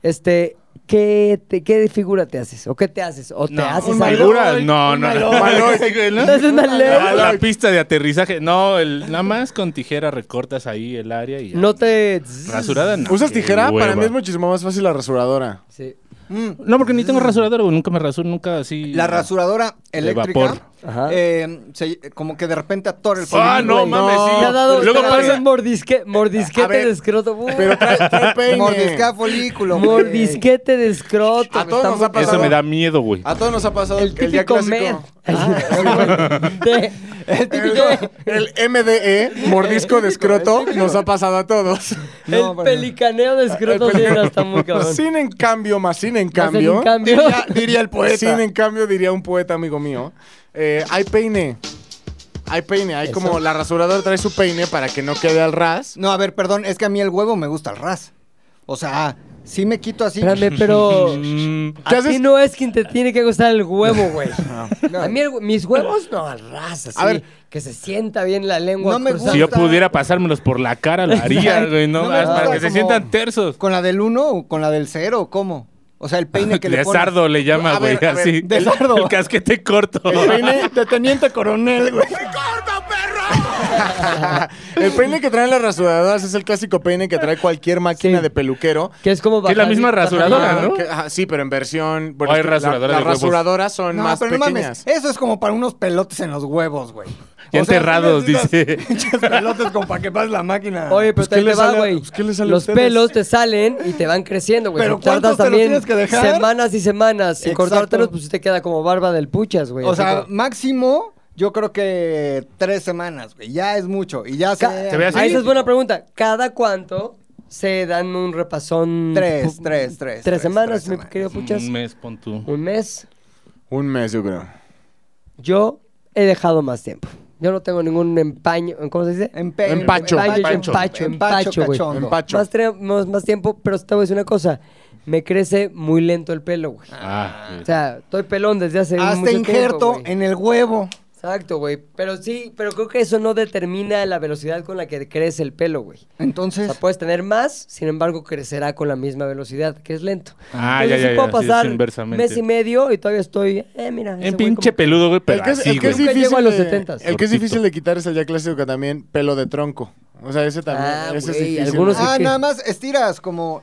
Speaker 4: Este, ¿qué, te- ¿qué figura te haces? ¿O qué te haces? ¿O te haces
Speaker 5: No,
Speaker 4: algo?
Speaker 5: figura, no, no, no.
Speaker 3: Maloy.
Speaker 5: Sí, güey, ¿no?
Speaker 4: ¿No haces una ley?
Speaker 5: Ah, La pista de aterrizaje. No, el, nada más con tijera recortas ahí el área y ya.
Speaker 4: No te...
Speaker 5: Rasurada no.
Speaker 3: ¿Usas
Speaker 5: Qué
Speaker 3: tijera? Para
Speaker 5: hueva.
Speaker 3: mí es muchísimo más fácil la rasuradora.
Speaker 4: Sí.
Speaker 2: Mm.
Speaker 5: No, porque ni tengo rasuradora, güey. Nunca me rasuro, nunca así.
Speaker 2: La rasuradora
Speaker 5: vapor.
Speaker 2: eléctrica,
Speaker 4: Ajá.
Speaker 2: eh, se- como que de repente atora el
Speaker 5: Ah,
Speaker 2: polvillo.
Speaker 5: no,
Speaker 4: güey,
Speaker 5: mames,
Speaker 3: no.
Speaker 5: sí.
Speaker 4: Te ha dado,
Speaker 5: Luego
Speaker 4: te ha dado
Speaker 5: pasa.
Speaker 4: un mordisque, mordisquete
Speaker 3: A ver,
Speaker 4: de escroto. uh,
Speaker 3: Pero trae, trae peine.
Speaker 2: Mordisca folículo. güey.
Speaker 4: mordisquete de escroto.
Speaker 3: A todos nos ha
Speaker 5: Eso
Speaker 3: pasado. Ah,
Speaker 5: me da miedo, güey.
Speaker 3: A todos nos ha pasado
Speaker 4: El
Speaker 3: el,
Speaker 4: típico
Speaker 3: día clásico.
Speaker 4: med.
Speaker 2: El
Speaker 3: El,
Speaker 2: típico-
Speaker 3: el MDE, mordisco de escroto, nos ha pasado a todos. Pues
Speaker 2: No,
Speaker 4: el
Speaker 2: pero-
Speaker 4: pelicaneo de escroto sí era hasta muy cabrón.
Speaker 3: Sin en cambio, más sin
Speaker 4: Más
Speaker 3: en
Speaker 4: en
Speaker 3: cambio.
Speaker 4: cambio.
Speaker 3: Diría, diría el poeta. Sin en cambio, diría un poeta amigo mío. eh, hay peine. Hay peine. Hay como la rasuradora trae su peine para que no quede al ras.
Speaker 2: No, a ver, perdón, es que a mí el huevo me gusta al ras. O sea, sí me quito así.
Speaker 4: Espérame, pero.
Speaker 5: Mm,
Speaker 3: ¿Qué
Speaker 4: A
Speaker 3: haces?
Speaker 4: ti no es quien te tiene que gustar el huevo, güey. A mí el hue- mis huevos no arrasas.
Speaker 3: A ver.
Speaker 4: que se sienta bien la lengua.
Speaker 2: No me
Speaker 4: cruzada.
Speaker 5: Si yo
Speaker 2: gusta.
Speaker 5: pudiera pasármelos por la cara, lo haría, güey. No,
Speaker 2: No me
Speaker 5: más para
Speaker 2: gusta
Speaker 5: que se
Speaker 2: como-
Speaker 5: sientan tersos.
Speaker 2: ¿Con la del 1 o con la del 0? ¿Cómo? O sea, el peine que le
Speaker 5: De
Speaker 2: pones.
Speaker 5: sardo le llama,
Speaker 3: A
Speaker 5: güey.
Speaker 3: ver, a ver,
Speaker 5: Así.
Speaker 3: de
Speaker 5: El-
Speaker 3: sardo.
Speaker 5: El casquete corto.
Speaker 3: El peine de teniente coronel, güey. el peine que traen las rasuradoras es el clásico peine que trae cualquier máquina
Speaker 4: Sí.
Speaker 3: de peluquero.
Speaker 4: Que es como
Speaker 5: Que es la
Speaker 4: bajadi-
Speaker 5: misma rasuradora,
Speaker 4: bajadita.
Speaker 5: ¿no?
Speaker 3: que- ajá, sí, pero en versión.
Speaker 5: O hay
Speaker 3: es que la-
Speaker 5: rasuradoras de
Speaker 3: Las
Speaker 5: huevos.
Speaker 3: rasuradoras son
Speaker 2: No,
Speaker 3: más
Speaker 2: pero no
Speaker 3: pequeñas.
Speaker 2: mames. Eso es como para unos pelotes en los huevos, güey.
Speaker 5: Ya
Speaker 2: O sea,
Speaker 5: enterrados,
Speaker 2: sí necesitas
Speaker 5: dice.
Speaker 2: Pinches pelotes como para que pases la máquina.
Speaker 4: Oye, pero
Speaker 3: Pues,
Speaker 4: te
Speaker 3: ¿qué le
Speaker 4: va,
Speaker 3: sale a-
Speaker 4: güey.
Speaker 3: pues, ¿qué le sale a
Speaker 4: los
Speaker 3: ustedes?
Speaker 4: pelos te salen y te van creciendo, güey.
Speaker 2: Pero
Speaker 4: Si tardas
Speaker 2: ¿cuántos te los tienes que dejar?
Speaker 4: Semanas y semanas. Sin
Speaker 2: Exacto.
Speaker 4: cortártelos, pues sí te queda como barba del puchas, güey.
Speaker 2: o
Speaker 4: Así
Speaker 2: sea,
Speaker 4: como-
Speaker 2: máximo, yo creo que tres semanas, güey. Ya es mucho. Y ya se.
Speaker 4: Ca-
Speaker 5: Se ve así.
Speaker 4: Ah, esa es buena pregunta. ¿Cada cuánto se dan un repasón?
Speaker 2: Tres,
Speaker 4: Pu-
Speaker 2: tres, tres.
Speaker 4: Tres semanas,
Speaker 2: tres
Speaker 4: mi querido puchas.
Speaker 5: Un mes, pon tú.
Speaker 4: Un mes.
Speaker 3: Un mes, yo creo.
Speaker 4: Yo he dejado más tiempo. Yo no tengo ningún empaño, ¿cómo se dice?
Speaker 2: Empe-
Speaker 3: Empacho.
Speaker 4: Empaño,
Speaker 3: Empacho.
Speaker 4: empacho, empacho, güey.
Speaker 2: cachondo.
Speaker 3: Empacho.
Speaker 4: Más, tenemos más tiempo, pero te voy a decir una cosa. Me crece muy lento el pelo, güey.
Speaker 5: Ah,
Speaker 4: O
Speaker 5: güey.
Speaker 4: sea, estoy pelón desde hace mucho
Speaker 2: Hazte
Speaker 4: tiempo,
Speaker 2: Ah, injerto
Speaker 4: güey.
Speaker 2: en el huevo.
Speaker 4: Exacto, güey. Pero sí, pero creo que eso no determina la velocidad con la que crece el pelo, güey. O
Speaker 2: Entonces,
Speaker 4: sea, puedes tener más, sin embargo, crecerá con la misma velocidad, que es lento.
Speaker 5: Ah,
Speaker 4: Entonces,
Speaker 5: ya, ya,
Speaker 4: sí puedo
Speaker 5: ya, sí, es
Speaker 4: pasar
Speaker 5: inversamente.
Speaker 4: mes y medio y todavía estoy, eh, mira. ese
Speaker 5: En
Speaker 4: güey
Speaker 5: pinche
Speaker 4: como-
Speaker 5: peludo, güey, pero
Speaker 3: el que, es-
Speaker 5: así,
Speaker 3: el que es
Speaker 5: güey.
Speaker 4: Nunca
Speaker 3: difícil
Speaker 4: llego a los
Speaker 3: de-
Speaker 4: 70s.
Speaker 3: El que es
Speaker 5: Cortito.
Speaker 3: difícil de quitar es el ya clásico que también pelo de tronco. O sea, ese también.
Speaker 4: Ah,
Speaker 3: ese es
Speaker 4: güey,
Speaker 3: difícil.
Speaker 4: algunos-
Speaker 2: ah,
Speaker 4: que-
Speaker 2: nada más estiras como.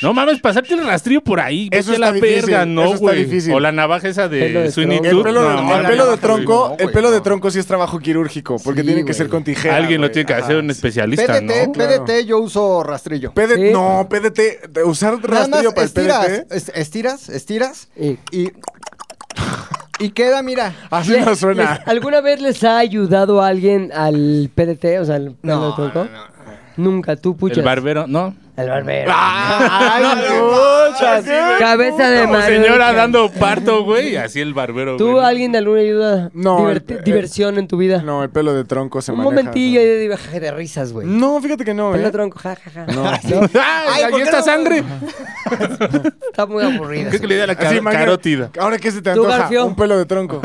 Speaker 5: No mames, pasarte el rastrillo por ahí.
Speaker 3: Eso
Speaker 5: Eso es la
Speaker 3: está difícil,
Speaker 5: verga,
Speaker 3: eso
Speaker 5: no,
Speaker 3: está
Speaker 5: güey.
Speaker 3: difícil.
Speaker 5: O la navaja esa
Speaker 4: Pelo de
Speaker 5: de Sweeney
Speaker 4: tronco.
Speaker 3: El
Speaker 5: Todd.
Speaker 3: pelo, de,
Speaker 5: No,
Speaker 3: el
Speaker 5: mames.
Speaker 3: pelo de
Speaker 2: no,
Speaker 3: tronco,
Speaker 2: no,
Speaker 3: el
Speaker 2: güey,
Speaker 3: pelo de
Speaker 2: no.
Speaker 3: tronco sí es trabajo quirúrgico, porque
Speaker 4: Sí,
Speaker 3: tiene que
Speaker 4: güey.
Speaker 3: ser con tijera.
Speaker 5: Alguien lo
Speaker 3: güey.
Speaker 5: tiene que
Speaker 3: Ajá.
Speaker 5: hacer un especialista,
Speaker 2: PDT,
Speaker 5: ¿no?
Speaker 2: PDT, yo uso rastrillo.
Speaker 3: PDT,
Speaker 4: Sí.
Speaker 3: no, PDT, de usar
Speaker 2: Nada más
Speaker 3: rastrillo para el
Speaker 2: estiras,
Speaker 3: PDT.
Speaker 2: es- estiras, estiras
Speaker 4: Y-
Speaker 2: y. Y queda, mira.
Speaker 3: Así
Speaker 4: Le-
Speaker 3: no
Speaker 4: les-
Speaker 3: suena.
Speaker 4: ¿Alguna vez les ha ayudado alguien al PDT? O sea, al pelo de tronco? Nunca, tú puchas.
Speaker 5: El barbero, no.
Speaker 4: El barbero.
Speaker 3: Ah, ¡Ay, no, Chas.
Speaker 4: Cabeza de
Speaker 5: Como
Speaker 4: mano.
Speaker 5: señora dando parto, güey. y Así el barbero,
Speaker 4: ¿Tú,
Speaker 5: güey.
Speaker 4: alguien de alguna ayuda?
Speaker 3: No,
Speaker 4: Diverti-
Speaker 3: el- el-
Speaker 4: diversión en tu vida.
Speaker 3: No, el pelo de tronco se
Speaker 4: Un
Speaker 3: maneja.
Speaker 4: momentillo ahí de divaje de risas, güey.
Speaker 3: No, fíjate que no,
Speaker 4: Pelo de
Speaker 3: ¿eh?
Speaker 4: tronco, Ah, jajaja.
Speaker 2: ¿por
Speaker 5: ¡Ay, aquí
Speaker 2: qué
Speaker 5: está
Speaker 2: no?
Speaker 5: sangre!
Speaker 4: Está muy aburrida.
Speaker 5: ¿Qué es que le da la
Speaker 3: Así,
Speaker 5: car-
Speaker 3: imagina-
Speaker 5: carótida?
Speaker 3: Ahora que se te
Speaker 4: ¿Tú,
Speaker 3: antoja
Speaker 4: Garfio?
Speaker 3: un pelo de tronco.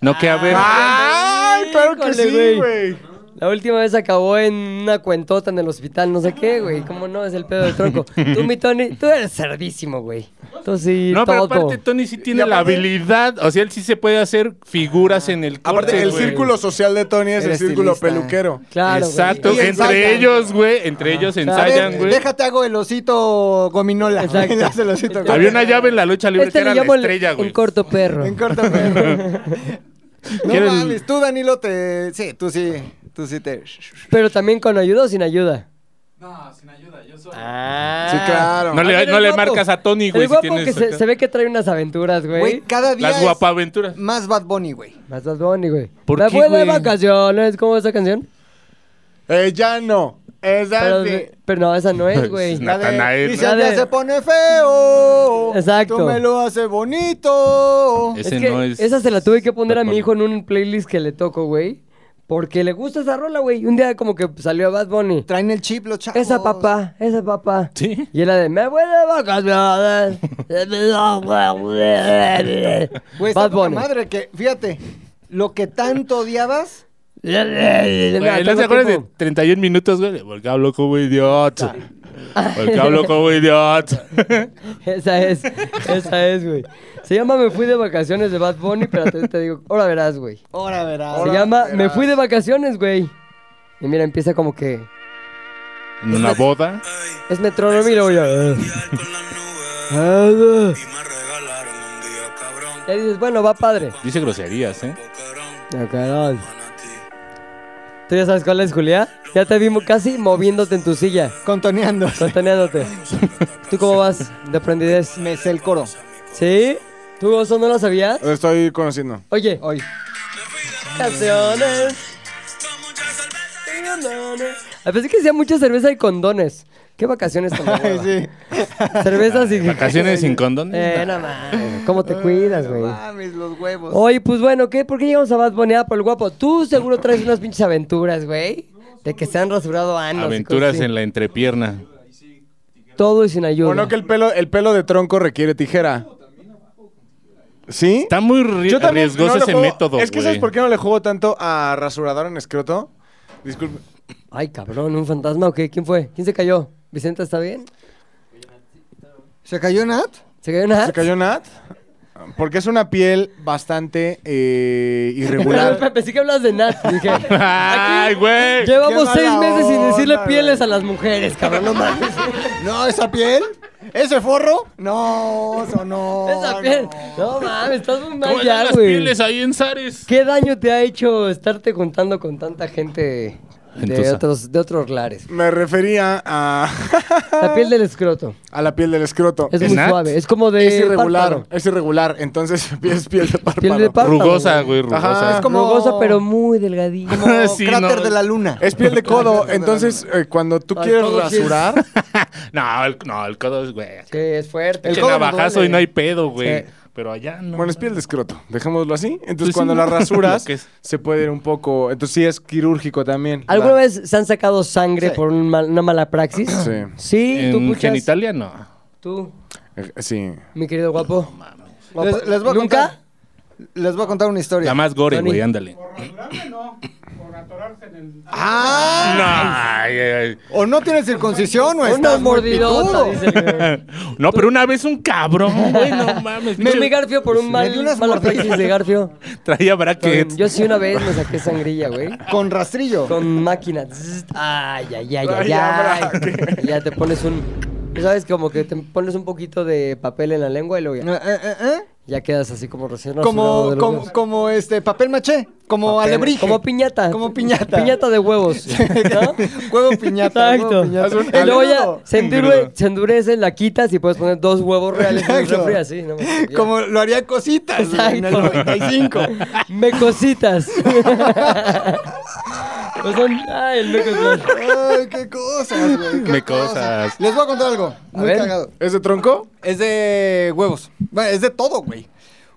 Speaker 5: No, que a ver.
Speaker 4: Ah,
Speaker 3: Ay, claro que
Speaker 4: Híjole,
Speaker 3: sí,
Speaker 4: güey.
Speaker 3: güey.
Speaker 4: La última vez acabó en una cuentota en el hospital, no sé qué, güey. ¿Cómo no? Es el pedo de tronco. Tú, mi Tony, tú eres cerdísimo, güey. Tú sí,
Speaker 5: No, pero
Speaker 4: todo.
Speaker 5: aparte Tony sí
Speaker 3: Y
Speaker 5: tiene
Speaker 3: aparte-
Speaker 5: la habilidad, o sea, él sí se puede hacer figuras en el corte,
Speaker 3: Aparte, el
Speaker 5: güey.
Speaker 3: círculo social de Tony es el
Speaker 2: Eres
Speaker 3: círculo
Speaker 2: estilista.
Speaker 3: peluquero.
Speaker 4: Claro, güey.
Speaker 5: Exacto,
Speaker 2: güey. Y
Speaker 5: entre
Speaker 2: ensayan.
Speaker 5: ellos, güey, entre ellos
Speaker 2: A
Speaker 5: ensayan,
Speaker 2: ver,
Speaker 5: güey.
Speaker 2: déjate hago el osito gominola.
Speaker 4: Exacto.
Speaker 2: Le hace el osito
Speaker 5: Había una llave en la lucha libre
Speaker 4: Este
Speaker 5: que
Speaker 4: le
Speaker 5: era la
Speaker 4: llamo el,
Speaker 5: estrella,
Speaker 4: el
Speaker 5: güey.
Speaker 4: corto perro.
Speaker 2: En corto, perro. No
Speaker 5: ¿Quieren-
Speaker 2: mames, tú Danilo te... Sí, tú sí, tú sí te...
Speaker 4: Pero también con ayuda o sin ayuda.
Speaker 3: Sí, claro.
Speaker 5: Ah. No le,
Speaker 4: Pero
Speaker 5: no
Speaker 4: Ah, el
Speaker 5: le
Speaker 4: guapo-
Speaker 5: marcas a Tony, güey,
Speaker 4: El
Speaker 5: si
Speaker 4: guapo
Speaker 5: tienes
Speaker 4: que se,
Speaker 5: acá.
Speaker 4: se ve que trae unas aventuras, güey.
Speaker 2: Güey, cada día
Speaker 5: las
Speaker 2: es
Speaker 5: guapaventuras.
Speaker 2: más Bad Bunny, güey.
Speaker 4: Más Bad Bunny, güey.
Speaker 5: ¿Por
Speaker 4: Me
Speaker 5: qué,
Speaker 4: voy de
Speaker 5: güey?
Speaker 4: vacaciones. ¿Cómo es esa canción?
Speaker 3: Eh, ya no. Esa
Speaker 4: Pero,
Speaker 3: sí.
Speaker 4: pero no, esa no es, güey.
Speaker 5: Pues, Nah. Natanael.
Speaker 2: Y si
Speaker 4: Ya
Speaker 2: el día
Speaker 4: de-
Speaker 2: se pone feo.
Speaker 4: Exacto.
Speaker 2: Tú me lo haces bonito.
Speaker 5: Es-
Speaker 4: Es
Speaker 5: Ese
Speaker 4: que
Speaker 5: no es
Speaker 4: Esa se la tuve que poner a
Speaker 5: Bad
Speaker 4: mi
Speaker 5: Bunny.
Speaker 4: hijo en un playlist que le toco, güey. Porque le gusta esa rola, güey. Y Un día como que salió Bad Bunny.
Speaker 2: Traen el chip los chavos.
Speaker 4: Esa papá, esa papá.
Speaker 5: Sí.
Speaker 4: Y era de, me voy de vacaciones.
Speaker 2: Güey, está
Speaker 4: Bad
Speaker 2: poca
Speaker 4: Bunny.
Speaker 2: madre que, fíjate, lo que tanto odiabas,
Speaker 5: Güey,
Speaker 4: ¿No
Speaker 5: ¿No te acuerdas de 31 minutos, güey? Porque hablo como idiota. Porque hablo como idiota.
Speaker 4: Esa es, esa es, güey. Se llama Me fui de vacaciones de Bad Bunny, pero te, te digo, ahora verás, güey.
Speaker 2: ahora verás.
Speaker 4: Se llama Me fui de vacaciones, güey. Y mira, empieza como que.
Speaker 5: en una boda.
Speaker 4: Es metrónomo y luego ya. Ya dices, bueno, va padre.
Speaker 5: Dice groserías, ¿eh?
Speaker 4: Ya, cabrón. ¿Tú ya sabes cuál es, Julia? Ya te vimos casi moviéndote en tu silla,
Speaker 2: Contoneando.
Speaker 4: contaneándote. ¿Tú cómo vas de aprendidez?
Speaker 2: Me sé el coro.
Speaker 4: ¿Sí? ¿Tú Oso, no lo sabías?
Speaker 3: Lo estoy conociendo.
Speaker 4: Oye,
Speaker 2: Hoy.
Speaker 4: canciones. A pesar que sea mucha cerveza y condones. ¿Qué vacaciones tan de hueva?
Speaker 2: Sí.
Speaker 4: Cervezas y...
Speaker 5: Vacaciones sin condón.
Speaker 4: Eh, no mames, ¿Cómo te cuidas, güey?
Speaker 2: Mames, los huevos.
Speaker 4: Oye, pues bueno, ¿qué? ¿Por qué llegamos a Bad Bunny? Ah, por el guapo. Tú seguro traes unas pinches aventuras, güey. De que se han rasurado anos. y cosas
Speaker 5: Aventuras
Speaker 4: así.
Speaker 5: en la entrepierna.
Speaker 4: Todo y sin ayuda.
Speaker 3: Bueno, que el pelo, el pelo de tronco requiere tijera. ¿Sí?
Speaker 5: Está muy ri-
Speaker 3: Yo también
Speaker 5: riesgoso
Speaker 3: no le
Speaker 5: ese
Speaker 3: juego-
Speaker 5: método,
Speaker 3: Es que ¿sabes
Speaker 5: güey.
Speaker 3: por qué no le juego tanto a rasurador en escroto? Disculpe.
Speaker 4: Ay, cabrón, ¿un fantasma o qué? ¿Quién fue? ¿Quién se cayó? ¿Vicenta está bien?
Speaker 2: ¿Se cayó Nat?
Speaker 4: ¿Se cayó nada?
Speaker 3: ¿Se cayó Nat? Porque es una piel bastante eh,
Speaker 4: Pero,
Speaker 3: irregular.
Speaker 4: Pepe, sí que hablas de Nat. Dije,
Speaker 5: ¡Ay,
Speaker 4: aquí
Speaker 5: güey!
Speaker 4: llevamos
Speaker 2: Qué
Speaker 4: seis
Speaker 2: mala
Speaker 4: meses sin decirle
Speaker 2: onda,
Speaker 4: pieles a las mujeres, cabrón. No mames.
Speaker 2: No, esa piel. ¿Ese forro? No, eso no.
Speaker 4: Esa piel. No mames, estás muy
Speaker 5: ¿Cómo
Speaker 4: mal
Speaker 5: están
Speaker 4: ya,
Speaker 5: las
Speaker 4: güey.
Speaker 5: pieles ahí en Zares?
Speaker 4: ¿Qué daño te ha hecho estarte juntando con tanta gente de
Speaker 5: Gentuza.
Speaker 4: otros, de otros lares?
Speaker 3: Me refería a,
Speaker 4: La piel del escroto.
Speaker 3: a la piel del escroto.
Speaker 4: Es,
Speaker 5: ¿Es
Speaker 4: muy
Speaker 5: nat?
Speaker 4: suave. Es como de.
Speaker 3: Es irregular,
Speaker 4: párpado.
Speaker 3: es irregular. Entonces es piel de párpado.
Speaker 4: Piel de párpado.
Speaker 5: Rugosa, güey, rugosa.
Speaker 3: Ajá.
Speaker 2: Es como.
Speaker 4: Rugosa, pero muy delgadilla.
Speaker 2: como
Speaker 5: Sí,
Speaker 2: cráter
Speaker 5: no. Eh,
Speaker 2: de la luna.
Speaker 3: es piel de codo. Entonces, eh, cuando tú
Speaker 4: Ay,
Speaker 3: quieres
Speaker 4: todo sí es-
Speaker 3: rasurar,
Speaker 5: no, el, no, el codo es, güey.
Speaker 4: Sí, es fuerte.
Speaker 5: El
Speaker 4: codo nos
Speaker 5: navajazo
Speaker 4: duele.
Speaker 5: y no hay pedo, güey.
Speaker 4: Sí.
Speaker 5: Pero allá no.
Speaker 3: Bueno, es piel de escroto, dejémoslo así. Entonces,
Speaker 5: Pues sí,
Speaker 3: cuando
Speaker 5: ¿no?
Speaker 3: la rasuras,
Speaker 5: Lo que es.
Speaker 3: se puede ir un poco. Entonces, sí es quirúrgico también.
Speaker 4: ¿Alguna
Speaker 3: La-
Speaker 4: vez se han sacado sangre por un mal- una mala praxis?
Speaker 3: Sí.
Speaker 4: Sí, tú
Speaker 5: En
Speaker 4: puchas?
Speaker 5: genitalia no.
Speaker 4: Tú,
Speaker 3: Eh, Sí.
Speaker 4: mi querido guapo. Guapo.
Speaker 2: Les, les voy a
Speaker 4: ¿Nunca?
Speaker 2: Contar, les voy a contar una historia.
Speaker 5: La más gore,
Speaker 4: Tony.
Speaker 5: güey, ándale.
Speaker 2: ¡Ah!
Speaker 5: No, ay, ay,
Speaker 2: O no tienes circuncisión o
Speaker 4: Una
Speaker 2: estás muy
Speaker 4: mordidota,
Speaker 2: pitudo.
Speaker 4: dice. el-
Speaker 5: ay. No, pero una vez un cabrón, güey, no mames.
Speaker 4: Me
Speaker 5: pinche-
Speaker 4: mi Garfio por un mal,
Speaker 2: dio unas
Speaker 4: mala
Speaker 2: mordidas.
Speaker 4: praxis de Garfio.
Speaker 5: Traía brackets.
Speaker 4: Yo sí una vez me saqué sangrilla, güey.
Speaker 2: Con rastrillo.
Speaker 4: Con máquina. Zzz, Ay, ay, ay, ay, ay.
Speaker 3: Ay, habrá que-
Speaker 4: Y ya te pones un... ¿Sabes? Como que te pones un poquito de papel en la lengua y luego ya,
Speaker 2: Eh, eh, eh, eh.
Speaker 4: ya quedas así como recién rasurado de
Speaker 2: Como,
Speaker 4: los
Speaker 2: como,
Speaker 4: dedos.
Speaker 2: como este papel maché, como
Speaker 4: Papel-
Speaker 2: alebrije.
Speaker 4: Como piñata.
Speaker 2: Como piñata.
Speaker 4: Piñata de huevos. ¿no?
Speaker 2: Huevo piñata.
Speaker 4: Exacto.
Speaker 2: huevo piñata.
Speaker 4: Y luego ya
Speaker 2: Engrudo.
Speaker 4: se,
Speaker 5: Un
Speaker 4: endure-
Speaker 5: grudo.
Speaker 4: se endurece, la quitas y puedes poner dos huevos reales en
Speaker 2: Exacto.
Speaker 4: el refri así. No, mames, ya.
Speaker 2: Como lo haría cositas en el
Speaker 4: Exacto.
Speaker 2: 95.
Speaker 4: Me cositas. O son- ay, el mecos.
Speaker 2: Ay, qué cosas, güey. qué
Speaker 5: Me cosas.
Speaker 2: Les voy a contar algo. Muy
Speaker 4: ver.
Speaker 2: cagado.
Speaker 3: ¿Es de tronco?
Speaker 2: Es de huevos. Bueno, es de todo, güey.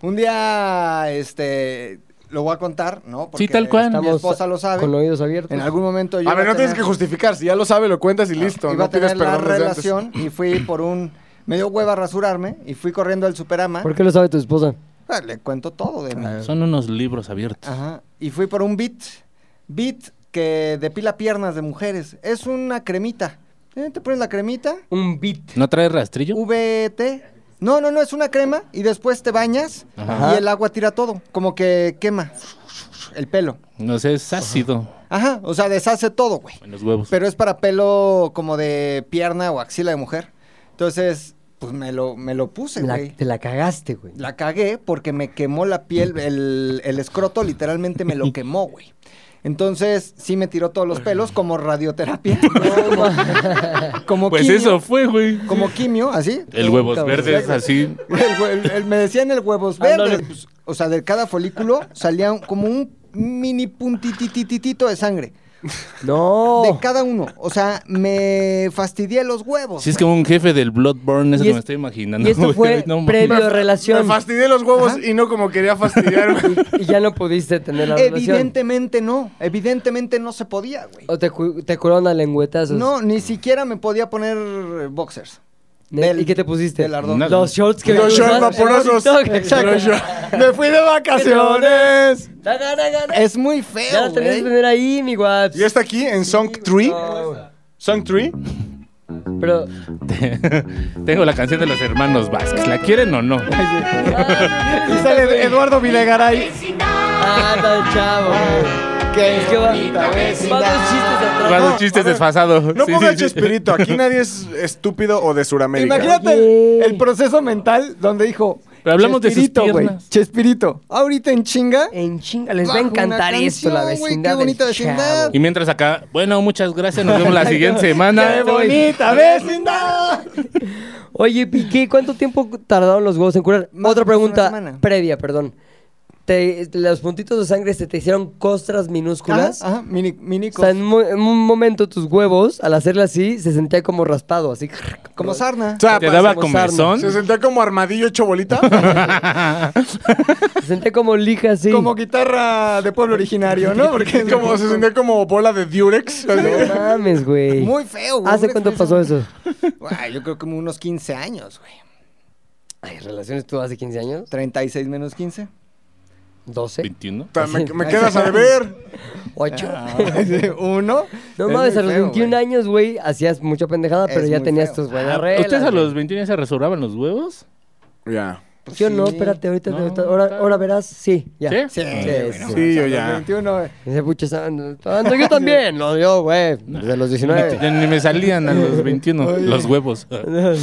Speaker 2: Un día, este, lo voy a contar, ¿no?
Speaker 5: Sí, tal cual.
Speaker 2: Mi esposa lo sabe.
Speaker 4: Con oídos abiertos.
Speaker 2: En algún momento yo.
Speaker 3: a ver,
Speaker 2: iba
Speaker 3: no tienes que
Speaker 2: tener-
Speaker 3: justificar. Si ya lo sabe, lo cuentas y listo.
Speaker 2: Iba
Speaker 3: No
Speaker 2: a tener
Speaker 3: pides
Speaker 2: la
Speaker 3: perdón desde antes.
Speaker 2: relación y fui por un. Me dio hueva a rasurarme y fui corriendo al Superama.
Speaker 4: ¿Por qué lo sabe tu esposa?
Speaker 2: Ah, Le cuento todo de mí.
Speaker 3: Ah,
Speaker 5: Son unos libros abiertos.
Speaker 2: Ajá. Y fui por un Bit. Bit que depila piernas de mujeres. Es una cremita. Eh, Te pones la cremita,
Speaker 4: Un beat.
Speaker 5: ¿No trae rastrillo?
Speaker 2: VT. No, no, no, es una crema y después te bañas
Speaker 5: Ajá.
Speaker 2: y el agua tira todo. Como que quema el pelo.
Speaker 5: No sé, es ácido
Speaker 2: Ajá, o sea, deshace todo, güey.
Speaker 5: en los huevos.
Speaker 2: Pero es para pelo como de pierna o axila de mujer. Entonces, pues me lo, me lo puse,
Speaker 4: La-
Speaker 2: güey.
Speaker 4: te la cagaste, güey.
Speaker 2: La cagué porque me quemó la piel, el, el escroto literalmente me lo quemó, güey. Entonces, sí me tiró todos los pelos como radioterapia. como, como
Speaker 5: pues
Speaker 2: quimio,
Speaker 5: eso fue, güey.
Speaker 2: Como quimio, así.
Speaker 5: El huevos
Speaker 4: Cabrón.
Speaker 5: verdes así.
Speaker 2: El hue- el- el- me decían el huevos
Speaker 4: Ándale.
Speaker 2: verdes. Pues, O sea, de cada folículo salía un- como un mini puntitititito de sangre.
Speaker 4: No.
Speaker 2: De cada uno. O sea, me fastidié los huevos.
Speaker 5: Sí, es como un jefe del Bloodborne, eso
Speaker 4: Y
Speaker 5: que
Speaker 4: es-
Speaker 5: me estoy imaginando.
Speaker 4: y esto fue
Speaker 5: güey. No,
Speaker 4: previo
Speaker 5: mames.
Speaker 4: a relación.
Speaker 3: Me fastidié los huevos y no como quería fastidiar.
Speaker 4: Y ya no pudiste tener la relación.
Speaker 2: Evidentemente no. Evidentemente no se podía, güey.
Speaker 4: O te, cu- te curaron a lengüetazos.
Speaker 2: No, ni siquiera me podía poner eh, boxers.
Speaker 4: Ne-
Speaker 2: del-
Speaker 4: ¿Y qué te pusiste?
Speaker 2: del ardor.
Speaker 5: Nada.
Speaker 4: Los shorts que
Speaker 3: Los
Speaker 4: me
Speaker 3: shorts
Speaker 4: usaste en
Speaker 3: vaporosos.
Speaker 4: TikTok,
Speaker 2: Exacto.
Speaker 4: exacto.
Speaker 2: Me fui de vacaciones.
Speaker 4: Da, da, da, da, da.
Speaker 2: Es muy
Speaker 4: Ya
Speaker 2: feo,
Speaker 4: la tenías que
Speaker 2: Eh, güey.
Speaker 4: tener ahí, mi guaps.
Speaker 3: y está aquí en Song Tree.
Speaker 4: No, güey.
Speaker 3: Song Tree.
Speaker 4: Pero.
Speaker 5: Tengo la canción de los hermanos Vázquez. ¿La quieren o no?
Speaker 4: Ah,
Speaker 2: Y sale Eduardo Vilegaray.
Speaker 4: Ah, tan chavo. güey. Pues, ¿qué va? Va dos chistes atrás.
Speaker 5: Más
Speaker 3: No,
Speaker 5: los chistes
Speaker 3: a ver,
Speaker 5: desfasados.
Speaker 3: No
Speaker 5: Sí,
Speaker 3: ponga
Speaker 5: sí, sí.
Speaker 3: Chespirito, aquí nadie es estúpido o de Sudamérica.
Speaker 2: Imagínate el, el proceso mental donde dijo.
Speaker 5: Pero hablamos de sus
Speaker 2: Chespirito, güey,
Speaker 5: piernas.
Speaker 2: Chespirito. Ahorita en chinga.
Speaker 4: En chinga, les va a
Speaker 2: bajo una
Speaker 4: encantar esto, la
Speaker 2: canción, güey,
Speaker 4: vecindad.
Speaker 2: Qué bonita
Speaker 4: del
Speaker 2: vecindad.
Speaker 4: Chavo.
Speaker 5: Y mientras acá, bueno, muchas gracias. Nos vemos la siguiente semana.
Speaker 2: bonita vecindad!
Speaker 4: Oye, Piqué, ¿cuánto tiempo tardaron los huevos en curar?
Speaker 2: Más
Speaker 4: Otra
Speaker 2: o menos una
Speaker 4: pregunta
Speaker 2: semana.
Speaker 4: previa, perdón. Te- ¿Los puntitos de sangre se te hicieron costras minúsculas?
Speaker 2: Ajá, ajá, Ah, mini, mini
Speaker 4: O sea, en, mu- en un momento tus huevos, al hacerla así, se sentía como raspado, así.
Speaker 2: Como sarna.
Speaker 3: O sea,
Speaker 5: Te daba
Speaker 4: Como
Speaker 5: comezón.
Speaker 3: se sentía como armadillo hecho bolita.
Speaker 4: Se sentía como lija así.
Speaker 2: Como guitarra de pueblo originario, ¿no? Porque es
Speaker 3: como, se sentía como bola de Durex.
Speaker 4: No mames, güey.
Speaker 2: Muy feo, güey.
Speaker 4: ¿Hace
Speaker 2: Una
Speaker 4: cuánto pasó
Speaker 2: experiencia-
Speaker 4: eso?
Speaker 2: Guay, yo creo que como unos 15 años, güey.
Speaker 4: Ay, ¿relaciones tú hace 15 años?
Speaker 2: 36 menos 15.
Speaker 4: 12,
Speaker 5: 21.
Speaker 3: Ta- Me, me quedas a deber.
Speaker 4: 8.
Speaker 2: Uno.
Speaker 4: No
Speaker 2: Ah.
Speaker 4: mames,
Speaker 2: Es muy
Speaker 4: a los
Speaker 2: feo,
Speaker 4: 21
Speaker 2: güey.
Speaker 4: años, güey, hacías mucha pendejada,
Speaker 2: Es
Speaker 4: pero ya
Speaker 2: muy
Speaker 4: tenías
Speaker 2: feo.
Speaker 4: tus buenas
Speaker 5: Ah,
Speaker 4: reglas.
Speaker 5: ¿Ustedes a
Speaker 4: güey.
Speaker 5: los 21 ya se resobraban los huevos?
Speaker 3: Ya.
Speaker 4: Yo no,
Speaker 2: Sí.
Speaker 4: espérate, ahorita,
Speaker 5: No,
Speaker 4: ahorita- ahora, ahora verás, sí, ya.
Speaker 5: ¿Sí?
Speaker 2: Sí,
Speaker 4: Sí,
Speaker 2: güey, no
Speaker 4: sí.
Speaker 2: mames,
Speaker 3: yo
Speaker 2: a los
Speaker 3: ya.
Speaker 2: 21, güey.
Speaker 4: Ese pucho está- ando- yo también, no, yo, güey, desde los
Speaker 5: Ni,
Speaker 4: 19.
Speaker 5: te- ni me salían a los 21 los huevos.
Speaker 4: todavía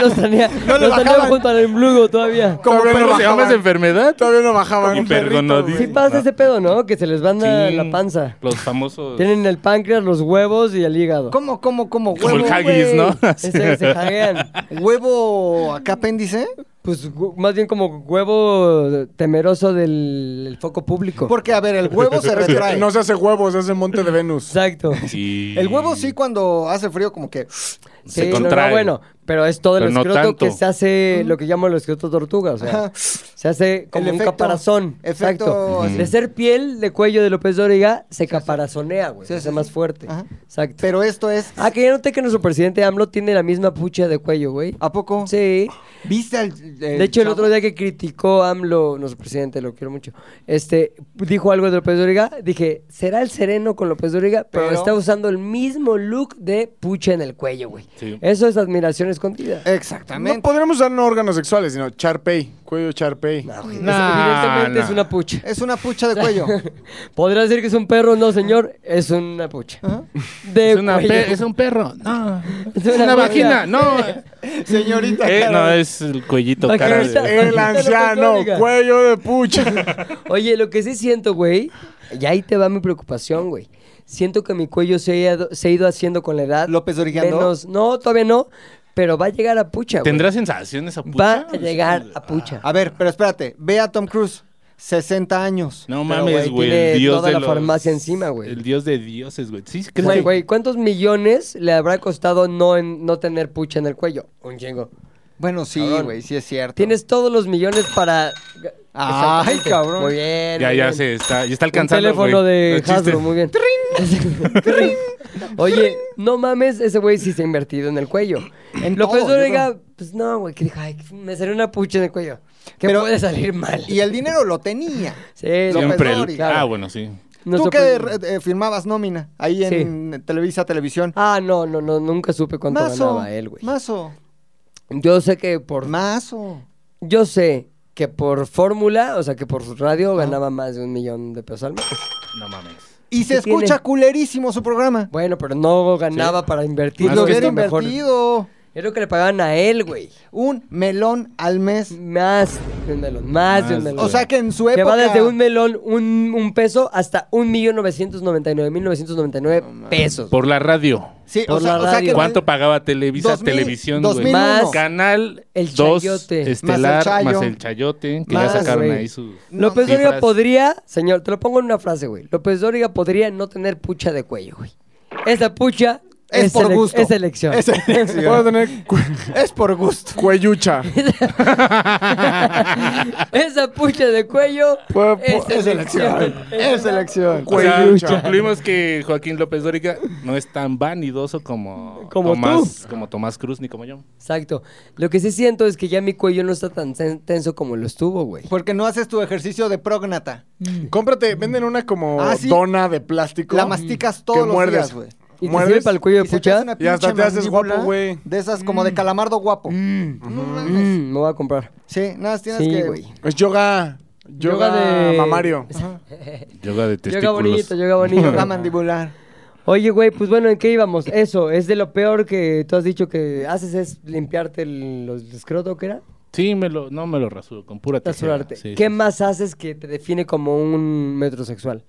Speaker 4: los tenía,
Speaker 2: No le
Speaker 4: los tenía
Speaker 2: bajaban.
Speaker 4: junto al emblugo todavía.
Speaker 3: Todavía no
Speaker 5: ¿Cómo se llama esa
Speaker 3: bajaban.
Speaker 5: enfermedad?
Speaker 3: Todavía no bajaban.
Speaker 5: Y perdón, no
Speaker 4: Sí
Speaker 5: dice.
Speaker 4: pasa ese pedo, ¿no? Que se les banda
Speaker 5: Sí.
Speaker 4: la panza.
Speaker 5: Los famosos.
Speaker 4: Tienen el páncreas, los huevos y el hígado.
Speaker 2: ¿Cómo, cómo, cómo?
Speaker 5: Como el
Speaker 2: Huevo,
Speaker 5: haggis,
Speaker 2: güey.
Speaker 5: ¿no?
Speaker 4: Ese- se jaguean.
Speaker 2: ¿Huevo acá apéndice?
Speaker 4: Pues hu- más bien como huevo temeroso del el foco público.
Speaker 2: Porque, a ver, el huevo se retrae.
Speaker 3: No se hace huevos, se hace monte de Venus.
Speaker 4: Exacto.
Speaker 5: Y-
Speaker 2: El huevo sí cuando hace frío como que...
Speaker 5: Se
Speaker 4: Sí, no, no,
Speaker 5: contrae.
Speaker 4: bueno, pero es todo el
Speaker 5: Pero no
Speaker 4: escroto
Speaker 5: tanto.
Speaker 4: que se hace lo que llamo el escroto tortuga, o sea,
Speaker 2: Ajá.
Speaker 4: se hace como
Speaker 2: El
Speaker 4: un
Speaker 2: efecto-
Speaker 4: caparazón.
Speaker 2: efecto
Speaker 4: Exacto.
Speaker 2: así.
Speaker 4: De ser piel de cuello de López Dóriga, se caparazonea, güey.
Speaker 2: Sí,
Speaker 4: se hace
Speaker 2: sí,
Speaker 4: más
Speaker 2: sí.
Speaker 4: fuerte.
Speaker 2: Ajá.
Speaker 4: Exacto.
Speaker 2: Pero esto es...
Speaker 4: Ah, que ya noté que nuestro presidente AMLO tiene la misma pucha de cuello, güey.
Speaker 2: ¿A poco?
Speaker 4: Sí.
Speaker 2: ¿Viste al...
Speaker 4: De hecho, el otro día que criticó AMLO, nuestro presidente, lo quiero mucho, este, dijo algo de López Dóriga, dije, será el sereno con López Dóriga, pero,
Speaker 2: Pero-
Speaker 4: está usando el mismo look de pucha en el cuello, güey.
Speaker 5: Sí. Eh,
Speaker 4: Eso es admiración escondida.
Speaker 2: Exactamente.
Speaker 3: No podríamos usar no órganos sexuales, sino charpey, cuello charpey.
Speaker 4: Es-
Speaker 5: Nah,
Speaker 4: evidentemente
Speaker 5: nah.
Speaker 4: es una pucha.
Speaker 2: Es una pucha de cuello.
Speaker 4: Podrá decir que es un perro, no, señor, es una pucha.
Speaker 2: Ajá.
Speaker 4: De
Speaker 5: Es, una
Speaker 4: cuello.
Speaker 5: pe- es un perro. No.
Speaker 4: Es
Speaker 5: Es
Speaker 4: una
Speaker 5: una,
Speaker 4: vagina.
Speaker 5: vagina. No.
Speaker 2: Señorita.
Speaker 5: Eh,
Speaker 2: cara
Speaker 5: no,
Speaker 2: de-
Speaker 5: es el cuellito.
Speaker 4: Vaginita.
Speaker 5: Cara de-
Speaker 3: El anciano, cuello de pucha.
Speaker 4: Oye, lo que sí siento, güey, y ahí te va mi preocupación, güey. Siento que mi cuello se ha ido, se ha ido haciendo con la edad.
Speaker 2: ¿López Dorigeando?
Speaker 4: Menos, no, todavía no, pero va a llegar a pucha, güey.
Speaker 5: ¿Tendrá sensaciones a pucha?
Speaker 4: Va a llegar a pucha.
Speaker 2: A ver, pero espérate. Ve a Tom Cruise. 60 años.
Speaker 5: No
Speaker 4: Pero,
Speaker 5: mames,
Speaker 4: güey,
Speaker 5: güey.
Speaker 4: tiene
Speaker 5: El dios
Speaker 4: toda
Speaker 5: de
Speaker 4: la
Speaker 5: los-
Speaker 4: farmacia encima, güey.
Speaker 5: El dios de dioses, güey. Sí, ¿crees
Speaker 4: Güey,
Speaker 5: que-
Speaker 4: güey, ¿cuántos millones le habrá costado no, en- no tener pucha en el cuello? Un chingo.
Speaker 2: Bueno, sí,
Speaker 4: Cabrón.
Speaker 2: güey, sí es cierto.
Speaker 4: Tienes todos los millones para.
Speaker 2: Ay,
Speaker 4: Exactamente.
Speaker 2: cabrón.
Speaker 4: Muy bien.
Speaker 5: Ya,
Speaker 4: muy
Speaker 5: ya
Speaker 4: bien.
Speaker 5: se está. Ya está
Speaker 4: Un
Speaker 5: alcanzando.
Speaker 4: teléfono
Speaker 5: güey,
Speaker 4: de
Speaker 5: los
Speaker 4: Hasbro,
Speaker 5: chistes.
Speaker 4: muy bien. Trin. Oye, no mames, ese güey sí se ha invertido en el cuello.
Speaker 2: En
Speaker 4: López
Speaker 2: todo, yo
Speaker 4: Dóriga, pues no, güey, que dijo, ay, me salió una pucha en el cuello. Que
Speaker 2: Pero-
Speaker 4: puede salir mal.
Speaker 2: Y el dinero lo tenía.
Speaker 4: Sí, pues, López
Speaker 5: Siempre. el-
Speaker 4: Dóriga.
Speaker 5: Ah, bueno, sí.
Speaker 4: Nuestro
Speaker 2: Tú que
Speaker 4: pre-
Speaker 2: eh, firmabas nómina ahí en Televisa Televisión.
Speaker 4: Ah, no, no, no, nunca supe cuánto
Speaker 2: mazo,
Speaker 4: ganaba él, güey.
Speaker 2: mazo,
Speaker 4: Yo sé que por
Speaker 2: mazo.
Speaker 4: Yo sé que por fórmula, o sea, que por radio ganaba más de un millón de pesos al mes.
Speaker 5: No mames.
Speaker 2: Y se
Speaker 4: ¿Qué tiene?
Speaker 2: escucha culerísimo su programa.
Speaker 4: Bueno, pero no ganaba para invertir.
Speaker 5: Más
Speaker 2: Pues lo
Speaker 4: lo que
Speaker 2: hubiera
Speaker 4: es mejor.
Speaker 2: invertido.
Speaker 4: Es lo que le pagaban a él, güey.
Speaker 2: Un melón al mes.
Speaker 4: Más de un melón, más, de un
Speaker 5: Más,
Speaker 4: melón.
Speaker 2: O sea que en su
Speaker 4: Que va
Speaker 2: época.
Speaker 4: desde un melón, un, un peso, hasta un millón novecientos noventa y nueve mil novecientos noventa y nueve pesos.
Speaker 5: Por la radio.
Speaker 2: Sí, o
Speaker 4: por
Speaker 2: sea,
Speaker 4: la
Speaker 2: o sea que
Speaker 4: radio.
Speaker 5: ¿Cuánto pagaba Televisa?
Speaker 2: Dos mil-
Speaker 5: televisión,
Speaker 2: dos
Speaker 5: güey.
Speaker 2: mil
Speaker 4: Más
Speaker 2: uno.
Speaker 5: Canal
Speaker 4: El
Speaker 5: 2
Speaker 4: Chayote.
Speaker 5: Estelar,
Speaker 2: Más
Speaker 5: más
Speaker 2: el
Speaker 5: el,
Speaker 2: Chayo.
Speaker 5: Chayote, que
Speaker 2: Más,
Speaker 5: ya sacaron
Speaker 4: güey.
Speaker 5: ahí sus.
Speaker 4: López
Speaker 5: cifras.
Speaker 4: Dóriga podría, señor, te lo pongo en una frase, güey. López Dóriga podría no tener pucha de cuello, güey. Esa pucha
Speaker 2: Es por
Speaker 4: ele-
Speaker 2: gusto.
Speaker 4: Es elección.
Speaker 2: Es elección.
Speaker 3: Puedo tener cue-
Speaker 2: Es por gusto.
Speaker 3: cuellucha.
Speaker 4: Esa pucha de cuello
Speaker 3: Puedo-
Speaker 4: es,
Speaker 2: Es elección. Es elección.
Speaker 5: O sea,
Speaker 3: Cuellucha.
Speaker 5: concluimos que Joaquín López Dóriga no es tan vanidoso como,
Speaker 4: Como
Speaker 5: Tomás, como Tomás Cruz ni como yo.
Speaker 4: Exacto. Lo que sí siento es que ya mi cuello no está tan ten- tenso como lo estuvo, güey.
Speaker 2: Porque no haces tu ejercicio de prógnata.
Speaker 3: Cómprate, venden una como
Speaker 2: Ah, sí.
Speaker 3: dona de plástico.
Speaker 2: La masticas todos
Speaker 3: que
Speaker 2: los
Speaker 3: muerdes.
Speaker 2: días, güey.
Speaker 4: ¿Y te sirve
Speaker 3: Muerdes.
Speaker 4: para el cuello de
Speaker 2: Y se te
Speaker 4: pucha?
Speaker 2: hace
Speaker 4: mm,
Speaker 2: una
Speaker 3: Y hasta
Speaker 2: pinche
Speaker 3: te haces guapo,
Speaker 2: mandíbula
Speaker 3: güey.
Speaker 2: De esas como de calamardo guapo.
Speaker 4: Mm, me voy a comprar.
Speaker 2: Sí, nada, más tienes
Speaker 4: Sí,
Speaker 2: que.
Speaker 4: güey.
Speaker 3: Es yoga. Yoga,
Speaker 4: Yoga de-
Speaker 3: mamario.
Speaker 5: Yoga de
Speaker 4: Yoga
Speaker 5: testículos.
Speaker 4: bonito, yoga bonito.
Speaker 2: La mandibular.
Speaker 4: Oye, güey, pues bueno, ¿en qué íbamos? Eso, es de lo peor que tú has dicho que haces es limpiarte el, los el escroto, ¿qué era?
Speaker 5: Sí, me lo, no me lo rasuro, con pura tijera.
Speaker 4: Rasurarte.
Speaker 5: Sí,
Speaker 4: ¿Qué
Speaker 5: sí.
Speaker 4: más haces que te define como un metrosexual?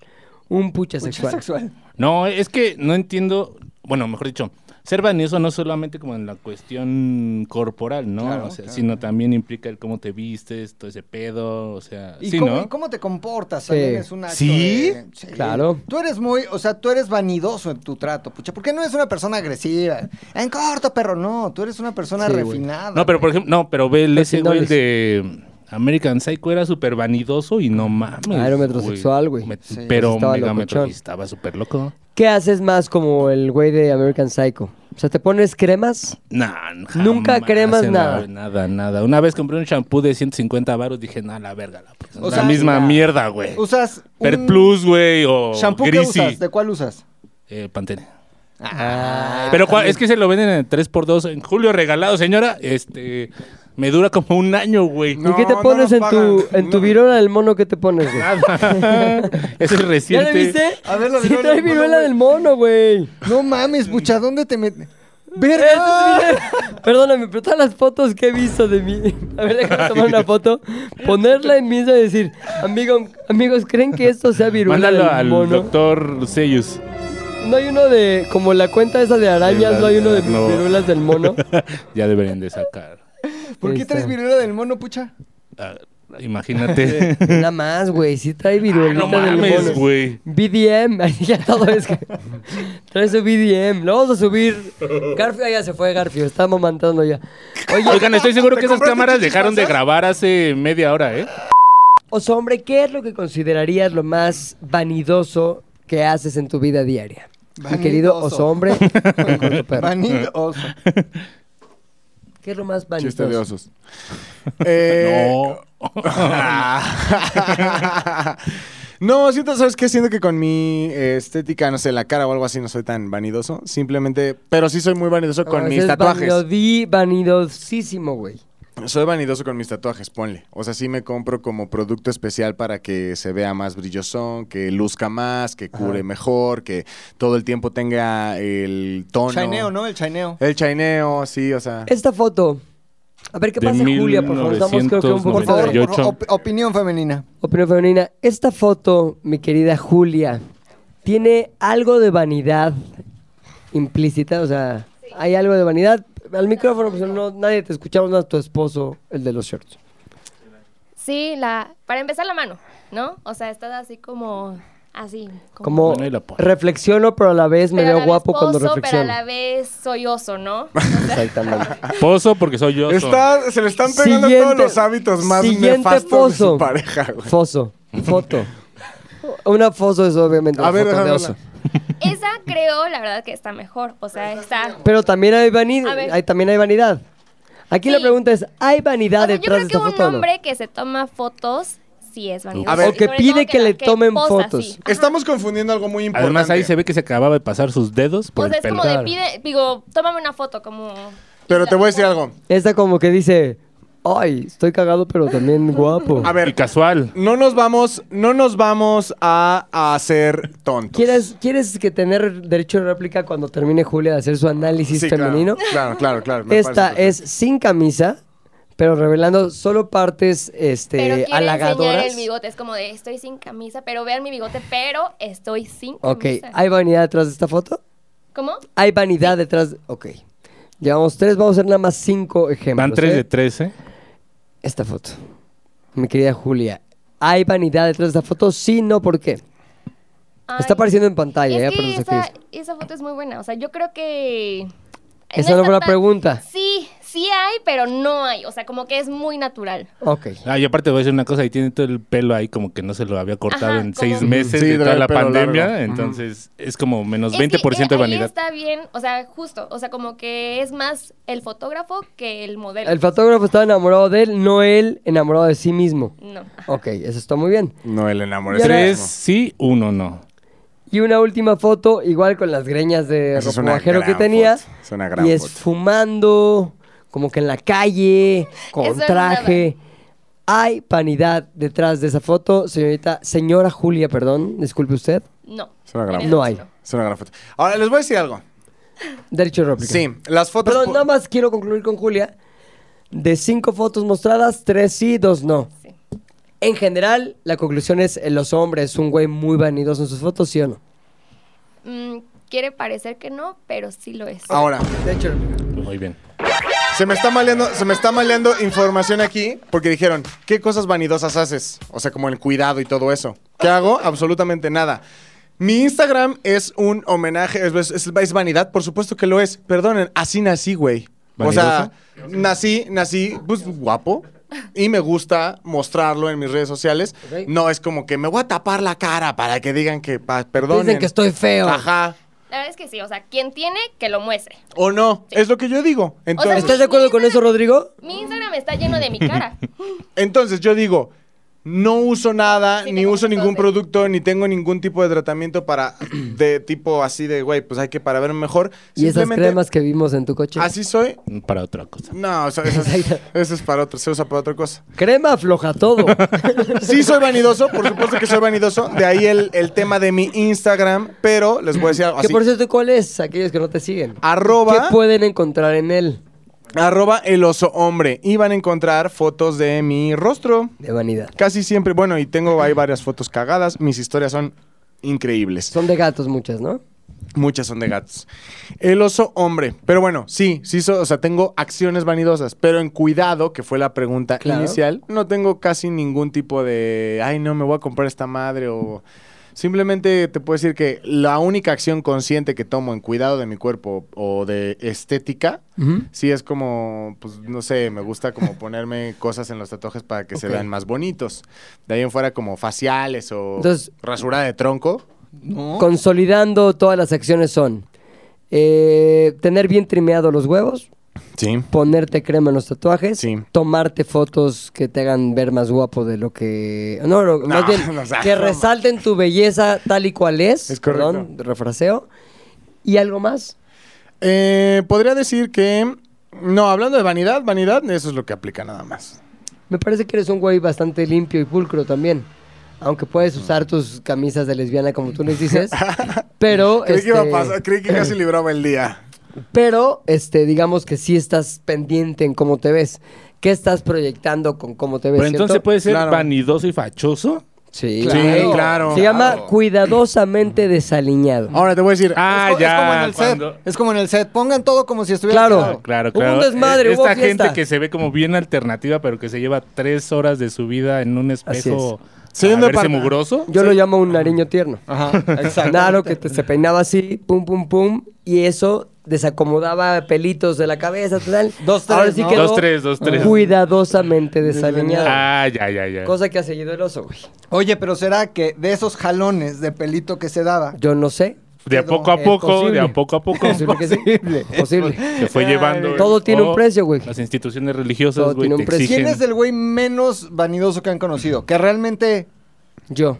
Speaker 4: Un pucha sexual.
Speaker 2: Sexual.
Speaker 5: No, es que no entiendo, bueno, mejor dicho, ser vanidoso no solamente como en la cuestión corporal, ¿no?
Speaker 2: Claro,
Speaker 5: o sea,
Speaker 2: claro.
Speaker 5: sino también implica el cómo te vistes, todo ese pedo, o sea,
Speaker 2: ¿Y,
Speaker 5: sí,
Speaker 2: cómo,
Speaker 5: ¿no?
Speaker 2: y cómo te comportas?
Speaker 4: Sí.
Speaker 2: También es un acto
Speaker 3: ¿Sí?
Speaker 2: de- sí.
Speaker 4: Claro.
Speaker 2: Tú eres muy, o sea, tú eres vanidoso en tu trato, pucha. ¿Por qué no eres una persona agresiva? En corto, perro, no. Tú eres una persona
Speaker 4: Sí, güey.
Speaker 2: refinada.
Speaker 5: No, pero por ejemplo, no, pero ve el
Speaker 4: Los
Speaker 5: ese güey
Speaker 4: indoles.
Speaker 5: de American Psycho era súper vanidoso y no mames.
Speaker 4: Ah, era metrosexual, güey.
Speaker 5: Me-
Speaker 2: Sí,
Speaker 5: pero
Speaker 4: estaba
Speaker 5: mega
Speaker 4: locochón.
Speaker 5: metro- estaba súper loco.
Speaker 4: ¿Qué haces más como el güey de American Psycho? O sea, ¿te pones cremas?
Speaker 5: Nah,
Speaker 4: Nunca
Speaker 5: jamás
Speaker 4: cremas
Speaker 5: en la-
Speaker 4: nada.
Speaker 5: Nada, nada. Una vez compré un shampoo de 150 baros, dije, nah, la verga, la, pues,
Speaker 2: O
Speaker 5: la
Speaker 2: sea,
Speaker 5: misma
Speaker 2: mira,
Speaker 5: mierda, güey.
Speaker 2: Usas un
Speaker 5: Per Plus, güey, o
Speaker 2: shampoo que
Speaker 5: Grisi.
Speaker 2: usas. ¿De cuál usas?
Speaker 5: Eh, Pantene.
Speaker 2: Ah,
Speaker 5: Pero cua- es que se lo venden en 3x2 en julio regalado, señora. Este, me dura como un año, güey.
Speaker 3: No,
Speaker 4: ¿Y qué te
Speaker 3: no
Speaker 4: pones
Speaker 3: nos
Speaker 4: en tu
Speaker 3: pagan.
Speaker 4: en tu
Speaker 3: No.
Speaker 4: virola del mono que te pones, güey?
Speaker 5: es el
Speaker 4: ¿Ya
Speaker 5: reciente.
Speaker 4: le viste?
Speaker 2: A ver, la
Speaker 4: sí
Speaker 2: viruela
Speaker 4: trae
Speaker 2: del mono,
Speaker 4: viruela
Speaker 2: güey.
Speaker 4: del mono, güey.
Speaker 2: No mames, pucha, ¿dónde te metes? ¡Verga!
Speaker 4: Eso sí, Perdóname, pero todas las fotos que he visto de mí. A ver, déjame tomar una foto, ponerla en misa y decir, amigo, amigos, ¿creen que esto sea viruela
Speaker 5: Mándalo
Speaker 4: del
Speaker 5: al
Speaker 4: mono?
Speaker 5: doctor Sellus.
Speaker 4: No hay uno de, como la cuenta esa de arañas, no hay uno de
Speaker 5: No.
Speaker 4: viruelas del mono.
Speaker 5: ya deberían de sacar.
Speaker 2: ¿Por qué
Speaker 4: Esta.
Speaker 2: traes viruela del mono, pucha?
Speaker 5: Ah, imagínate.
Speaker 4: Nada más, güey, sí trae
Speaker 5: Ah,
Speaker 4: viruelita
Speaker 5: no
Speaker 4: del mono.
Speaker 5: mames, güey.
Speaker 4: BDM, ahí ya todo es que trae su BDM, lo vamos a subir. Garfio ah, ya se fue, Garfio, está mamantando ya. Oye,
Speaker 5: Oigan, estoy seguro
Speaker 2: ¿Te
Speaker 5: que esas
Speaker 2: compraste
Speaker 5: cámaras
Speaker 2: chichis
Speaker 5: dejaron de
Speaker 2: falsas?
Speaker 5: grabar hace media hora, ¿eh?
Speaker 4: oso hombre, ¿qué es lo que considerarías lo más vanidoso que haces en tu vida diaria? Mi querido
Speaker 2: Vanidoso.
Speaker 4: oso hombre, con tu perro.
Speaker 2: Vanidoso.
Speaker 4: ¿qué es lo más
Speaker 3: Chiste de
Speaker 4: vanidoso?
Speaker 3: osos. Eh,
Speaker 5: no.
Speaker 3: no, siento, ¿sabes qué? Siento que con mi eh, estética, no sé, la cara o algo así, no soy tan vanidoso. Simplemente, pero sí soy muy vanidoso con
Speaker 4: Ah,
Speaker 3: mis
Speaker 4: ese es
Speaker 3: tatuajes.
Speaker 4: vanidodi- vanidosísimo, güey.
Speaker 3: Soy vanidoso con mis tatuajes, ponle. O sea, sí me compro como producto especial para que se vea más brillosón, que luzca más, que cure mejor, que todo el tiempo tenga el tono.
Speaker 2: Chaineo, ¿no? El chaineo.
Speaker 3: El chaineo, sí, o sea.
Speaker 4: Esta foto. A ver qué
Speaker 5: De
Speaker 4: pasa, Julia, por favor. Estamos creo que un poco
Speaker 2: Por favor, por
Speaker 5: 98.
Speaker 2: op- opinión femenina.
Speaker 4: Opinión femenina. Esta foto, mi querida Julia, tiene algo de vanidad implícita. O sea, hay algo de vanidad. Al micrófono, pues no, nadie te escuchamos, más tu esposo, el de los shorts.
Speaker 6: Sí, la, para empezar la mano, ¿no? O sea, estás así como, así.
Speaker 4: Como
Speaker 5: Bueno, y la pon-
Speaker 4: reflexiono, pero a la vez me
Speaker 6: Pero a la
Speaker 4: veo
Speaker 6: vez
Speaker 4: guapo cuando
Speaker 6: pozo, Pero a
Speaker 4: reflexiono.
Speaker 6: la vez soy oso, ¿no?
Speaker 4: Exactamente.
Speaker 5: Pozo porque soy yo.
Speaker 3: Está- se le están pegando todos
Speaker 4: Siguiente-
Speaker 3: los hábitos más
Speaker 4: siguiente
Speaker 3: nefastos de
Speaker 4: pozo.
Speaker 3: su pareja, güey.
Speaker 4: Foso, foto. Una foso es obviamente una
Speaker 3: A ver,
Speaker 4: foto de
Speaker 3: déjame
Speaker 4: oso.
Speaker 6: Esa creo, la verdad, que está mejor. O sea, está...
Speaker 4: Pero también hay vanidad.
Speaker 6: A ver.
Speaker 4: Hay, también hay vanidad. Aquí la
Speaker 6: Sí.
Speaker 4: pregunta es, ¿hay
Speaker 6: O
Speaker 4: vanidad
Speaker 6: sea, yo
Speaker 4: detrás
Speaker 6: creo
Speaker 4: de esta
Speaker 6: que un
Speaker 4: foto o no?
Speaker 6: hombre que se toma fotos sí es vanidoso.
Speaker 3: A ver.
Speaker 6: Y
Speaker 3: O
Speaker 4: que
Speaker 6: sobre
Speaker 4: pide
Speaker 6: todo
Speaker 4: que le
Speaker 6: la-
Speaker 4: tomen
Speaker 6: posa
Speaker 4: fotos. Ah,
Speaker 6: así.
Speaker 3: Estamos confundiendo algo muy importante.
Speaker 5: Además, ahí se ve que se acababa de pasar sus dedos por
Speaker 6: O
Speaker 5: el
Speaker 6: sea, es
Speaker 5: pelo.
Speaker 6: como de pide, digo, tómame una foto, como...
Speaker 3: Pero te voy a decir algo.
Speaker 4: Esta como que dice, ay, estoy cagado pero también guapo.
Speaker 3: A
Speaker 5: Y
Speaker 3: ver,
Speaker 5: casual.
Speaker 3: no nos vamos, no nos vamos a, a hacer tontos.
Speaker 4: ¿Quieres, ¿Quieres que tener derecho de réplica cuando termine Julia de hacer su análisis
Speaker 3: Sí, claro,
Speaker 4: femenino?
Speaker 3: Claro, claro, claro. me
Speaker 4: Esta
Speaker 3: parece
Speaker 4: es sin camisa, pero revelando solo partes
Speaker 6: Pero
Speaker 4: este,
Speaker 6: quiere enseñar
Speaker 4: halagadoras.
Speaker 6: el bigote, es como de estoy sin camisa, pero vean mi bigote, pero estoy sin
Speaker 4: Ok,
Speaker 6: camisa.
Speaker 4: ¿hay vanidad detrás de esta foto?
Speaker 6: ¿Cómo?
Speaker 4: Hay vanidad detrás... Ok. Llevamos tres, vamos a hacer nada más cinco ejemplos.
Speaker 5: Van 3
Speaker 4: ¿eh?
Speaker 5: de 3, ¿eh?
Speaker 4: Esta foto. Mi querida Julia, ¿hay vanidad detrás de esta foto? Sí, no, ¿por qué?
Speaker 6: Ay,
Speaker 4: Está apareciendo en pantalla, ¿eh?
Speaker 6: Es
Speaker 4: Para
Speaker 6: que
Speaker 4: los
Speaker 6: esa,
Speaker 4: activistas.
Speaker 6: esa foto es muy buena. O sea, yo creo que.
Speaker 4: Esa no
Speaker 6: está
Speaker 4: fue la
Speaker 6: tan-
Speaker 4: pregunta.
Speaker 6: Sí, sí hay, pero no hay. O sea, como que es muy natural.
Speaker 4: Ok.
Speaker 5: Ah, y aparte voy a decir una cosa, ahí tiene todo el pelo ahí como que no se lo había cortado
Speaker 6: Ajá,
Speaker 5: en
Speaker 6: como-
Speaker 5: seis meses
Speaker 3: Sí,
Speaker 5: de toda
Speaker 3: trae
Speaker 5: la
Speaker 3: el pelo
Speaker 5: pandemia,
Speaker 3: largo. Ujú.
Speaker 5: entonces es como menos
Speaker 6: Es que,
Speaker 5: 20% de
Speaker 6: eh, ahí
Speaker 5: vanidad.
Speaker 6: está bien, o sea, justo. O sea, como que es más el fotógrafo que el modelo.
Speaker 4: El fotógrafo estaba enamorado de él, no él enamorado de sí mismo.
Speaker 6: No. ah,
Speaker 4: Ok, eso está muy bien.
Speaker 3: perfecto. No, el enamoré.
Speaker 4: Y ahora-
Speaker 5: Tres sí, uno no.
Speaker 4: Y una última foto, igual con las greñas de
Speaker 3: Esa es una
Speaker 4: ropajero que
Speaker 3: gran
Speaker 4: tenía.
Speaker 3: foto, es una gran
Speaker 4: y es
Speaker 3: foto.
Speaker 4: fumando, como que en la calle, con
Speaker 6: Eso es
Speaker 4: traje. Hay vanidad detrás de esa foto, señorita, señora Julia, perdón, disculpe usted.
Speaker 6: No.
Speaker 3: Es una gran
Speaker 6: en
Speaker 3: foto.
Speaker 4: No hay.
Speaker 3: Es una gran foto. Ahora, les voy a decir algo.
Speaker 4: Derecho de réplica.
Speaker 3: Sí, las fotos...
Speaker 4: Perdón,
Speaker 3: po-
Speaker 4: nada más quiero concluir con Julia. De cinco fotos mostradas, tres sí, dos no.
Speaker 6: Sí.
Speaker 4: En general, la conclusión es eh, los hombres, un güey muy vanidoso en sus fotos, ¿sí o no?
Speaker 6: Mm, quiere parecer que no, pero sí lo es.
Speaker 3: Ahora,
Speaker 4: Derecho de réplica.
Speaker 5: Muy bien.
Speaker 3: se me está maleando, se me está maleando información aquí porque dijeron, ¿qué cosas vanidosas haces? O sea, como el cuidado y todo eso. ¿Qué hago? Absolutamente nada. Mi Instagram es un homenaje, es, es- es vanidad, por supuesto que lo es. Perdonen, así nací, güey. O sea, nací, nací, pues guapo. Y me gusta mostrarlo en mis redes sociales.
Speaker 4: Ok.
Speaker 3: No es como que me voy a tapar la cara para que digan que, pa- perdonen.
Speaker 4: Dicen que estoy feo.
Speaker 3: Ajá.
Speaker 6: La verdad es que sí, o sea, quien tiene, que lo muestre.
Speaker 3: O no, es lo que yo digo. Entonces,
Speaker 4: ¿Estás de acuerdo con eso, Rodrigo?
Speaker 6: Mi Instagram está lleno de mi cara.
Speaker 3: Entonces yo digo, no uso nada,
Speaker 6: Sí,
Speaker 3: ni
Speaker 6: tengo
Speaker 3: uso
Speaker 6: un montón
Speaker 3: ningún
Speaker 6: de-
Speaker 3: producto, ni tengo ningún tipo de tratamiento para de tipo así de, güey, pues hay que para verme mejor.
Speaker 4: Y esas
Speaker 3: Simplemente,
Speaker 4: cremas que vimos en tu coche.
Speaker 3: Así soy.
Speaker 5: Para otra cosa.
Speaker 3: No, o sea, eso, es, eso es para otro, se usa para otra cosa.
Speaker 4: Crema afloja todo.
Speaker 3: Sí soy vanidoso, por supuesto que soy vanidoso, de ahí el, el tema de mi Instagram, pero les voy a decir algo
Speaker 4: que
Speaker 3: así. Ah,
Speaker 4: por cierto, ¿cuál es? Aquellos que no te siguen.
Speaker 3: Arroba,
Speaker 4: ¿Qué pueden encontrar en él?
Speaker 3: arroba el oso hombre y van a encontrar fotos de mi rostro.
Speaker 4: De vanidad.
Speaker 3: Casi siempre, bueno, y tengo ahí varias fotos cagadas, mis historias son increíbles.
Speaker 4: Son de gatos muchas, ¿no?
Speaker 3: Muchas son de gatos. El oso hombre. Pero bueno, sí, sí, so- o sea, tengo acciones vanidosas, pero en cuidado, que fue la pregunta
Speaker 4: Claro.
Speaker 3: inicial, no tengo casi ningún tipo de, ay, no, me voy a comprar esta madre o... Simplemente te puedo decir que la única acción consciente que tomo en cuidado de mi cuerpo o de estética, sí es como, pues no sé, me gusta como ponerme cosas en los tatuajes para que se
Speaker 4: Ok.
Speaker 3: vean más bonitos. De ahí en fuera como faciales o
Speaker 4: Entonces-
Speaker 3: rasura de tronco.
Speaker 4: Consolidando todas las acciones son eh, tener bien trimeados los huevos,
Speaker 3: Sí.
Speaker 4: ponerte crema en los tatuajes,
Speaker 3: Sí.
Speaker 4: tomarte fotos que te hagan ver más guapo de lo que... No, no, más bien,
Speaker 3: o sea,
Speaker 4: que
Speaker 3: no,
Speaker 4: resalten tu belleza tal y cual es.
Speaker 3: Es correcto.
Speaker 4: Perdón, refraseo. ¿Y algo más?
Speaker 3: Eh, podría decir que. No, hablando de vanidad, vanidad, eso es lo que aplica nada más.
Speaker 4: Me parece que eres un güey bastante limpio y pulcro también. Aunque puedes usar tus camisas de lesbiana como tú les dices. pero...
Speaker 3: Creí que iba a
Speaker 4: este,
Speaker 3: pasar, creí que casi libraba el día.
Speaker 4: Pero, este, digamos que sí estás pendiente en cómo te ves. ¿Qué estás proyectando con cómo te ves?
Speaker 5: Pero entonces
Speaker 4: cierto?
Speaker 5: puede ser
Speaker 3: Claro.
Speaker 5: vanidoso y fachoso.
Speaker 4: Sí,
Speaker 3: Sí,
Speaker 4: claro.
Speaker 3: claro.
Speaker 4: Se llama
Speaker 3: Claro.
Speaker 4: cuidadosamente desaliñado.
Speaker 3: Ahora te voy a decir.
Speaker 5: Ah,
Speaker 2: es, co- es como en
Speaker 5: ya.
Speaker 2: el set.
Speaker 5: cuando- Ah,
Speaker 2: Es como en el set. Pongan todo como si estuviera.
Speaker 4: Claro.
Speaker 2: tirado.
Speaker 5: Claro,
Speaker 4: Hubo
Speaker 5: claro.
Speaker 4: un desmadre,
Speaker 5: Eh,
Speaker 4: hubo
Speaker 5: Esta
Speaker 4: fiesta.
Speaker 5: gente que se ve como bien alternativa, pero que se lleva tres horas de su vida en un espejo.
Speaker 3: Sí,
Speaker 5: a
Speaker 3: un
Speaker 5: verse
Speaker 3: depart-
Speaker 5: mugroso.
Speaker 4: Yo lo llamo un nariño tierno.
Speaker 2: Ajá, exacto.
Speaker 4: Claro, que te- se peinaba así, pum, pum, pum, y eso desacomodaba pelitos de la cabeza, tal.
Speaker 2: Dos, tres,
Speaker 4: Ahora sí
Speaker 2: ¿no?
Speaker 4: quedó
Speaker 5: Dos, tres, dos, tres.
Speaker 4: cuidadosamente desaliñado.
Speaker 5: Ah, ya, ya, ya.
Speaker 4: Cosa que ha seguido el oso, güey.
Speaker 2: Oye, pero será que de esos jalones de pelito que se daba.
Speaker 4: Yo no sé.
Speaker 5: De a
Speaker 2: quedó.
Speaker 5: poco a
Speaker 4: Es
Speaker 5: poco, de
Speaker 4: posible.
Speaker 5: a poco a poco.
Speaker 4: Posible que sí. Posible.
Speaker 5: Se fue llevando.
Speaker 4: Todo
Speaker 5: eh,
Speaker 4: tiene un
Speaker 5: o
Speaker 4: precio, güey.
Speaker 5: Las instituciones religiosas,
Speaker 4: Todo
Speaker 5: güey,
Speaker 4: tiene
Speaker 5: te
Speaker 4: un precio.
Speaker 5: exigen.
Speaker 2: ¿Quién es el güey menos vanidoso que han conocido? Que realmente.
Speaker 4: Yo.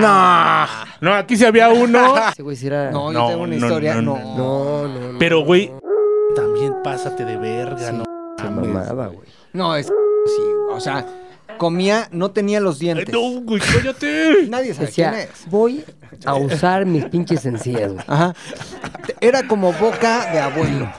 Speaker 5: No, aquí sí había uno.
Speaker 4: Ese güey sí era-
Speaker 2: No, yo
Speaker 5: No,
Speaker 2: tengo una
Speaker 5: no,
Speaker 2: historia. No.
Speaker 5: no,
Speaker 4: no, no. no.
Speaker 5: Pero, güey, también pásate de verga, ¿no?
Speaker 4: Se mamaba, güey.
Speaker 2: No, es. Sí, o sea, comía, no tenía los
Speaker 5: Ay,
Speaker 2: dientes.
Speaker 5: No, güey, cállate.
Speaker 2: Nadie sabe quién
Speaker 4: Decía,
Speaker 2: es.
Speaker 4: voy a usar mis pinches encías, güey.
Speaker 2: Ajá. Te- Era como boca de abuelo.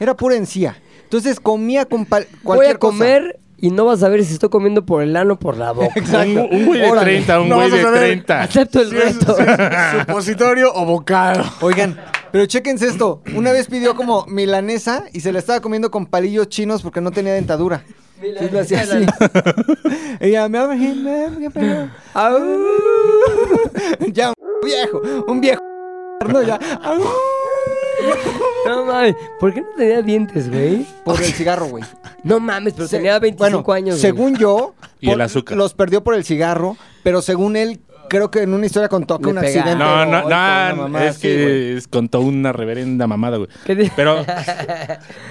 Speaker 2: Era pura encía. Entonces comía con pal-
Speaker 4: Voy
Speaker 2: cualquier
Speaker 4: a comer y no vas a ver si estoy comiendo por el ano o por la boca.
Speaker 5: Un, un güey de
Speaker 4: Órale.
Speaker 5: 30, un
Speaker 3: No
Speaker 5: güey
Speaker 3: vas a
Speaker 5: de
Speaker 3: saber.
Speaker 5: 30.
Speaker 4: Acepto el
Speaker 3: Si es-
Speaker 4: reto.
Speaker 3: si es supositorio o bocado.
Speaker 2: cosa. Oigan, pero chéquense esto. Una vez pidió como milanesa y se la estaba comiendo con palillos chinos porque no tenía dentadura. Entonces le hacía así. Ella me abre, me abre, pero- Au.
Speaker 4: Ah.
Speaker 2: Ya, un viejo, un viejo. No, ya. Au.
Speaker 4: No mames, ¿por qué no tenía dientes, güey?
Speaker 2: Por el cigarro, güey.
Speaker 4: No mames, pero
Speaker 2: Se-
Speaker 4: tenía 25
Speaker 2: bueno,
Speaker 4: años. güey.
Speaker 2: Según yo,
Speaker 5: Y el azúcar.
Speaker 2: los perdió por el cigarro, pero según él, creo que en una historia contó que
Speaker 4: Le
Speaker 2: un
Speaker 4: pega-
Speaker 2: accidente.
Speaker 5: No, no,
Speaker 2: o- una
Speaker 5: no,
Speaker 2: mamá
Speaker 5: es
Speaker 2: así, güey.
Speaker 5: que es- contó una reverenda mamada, güey.
Speaker 4: ¿Qué di-
Speaker 5: Pero,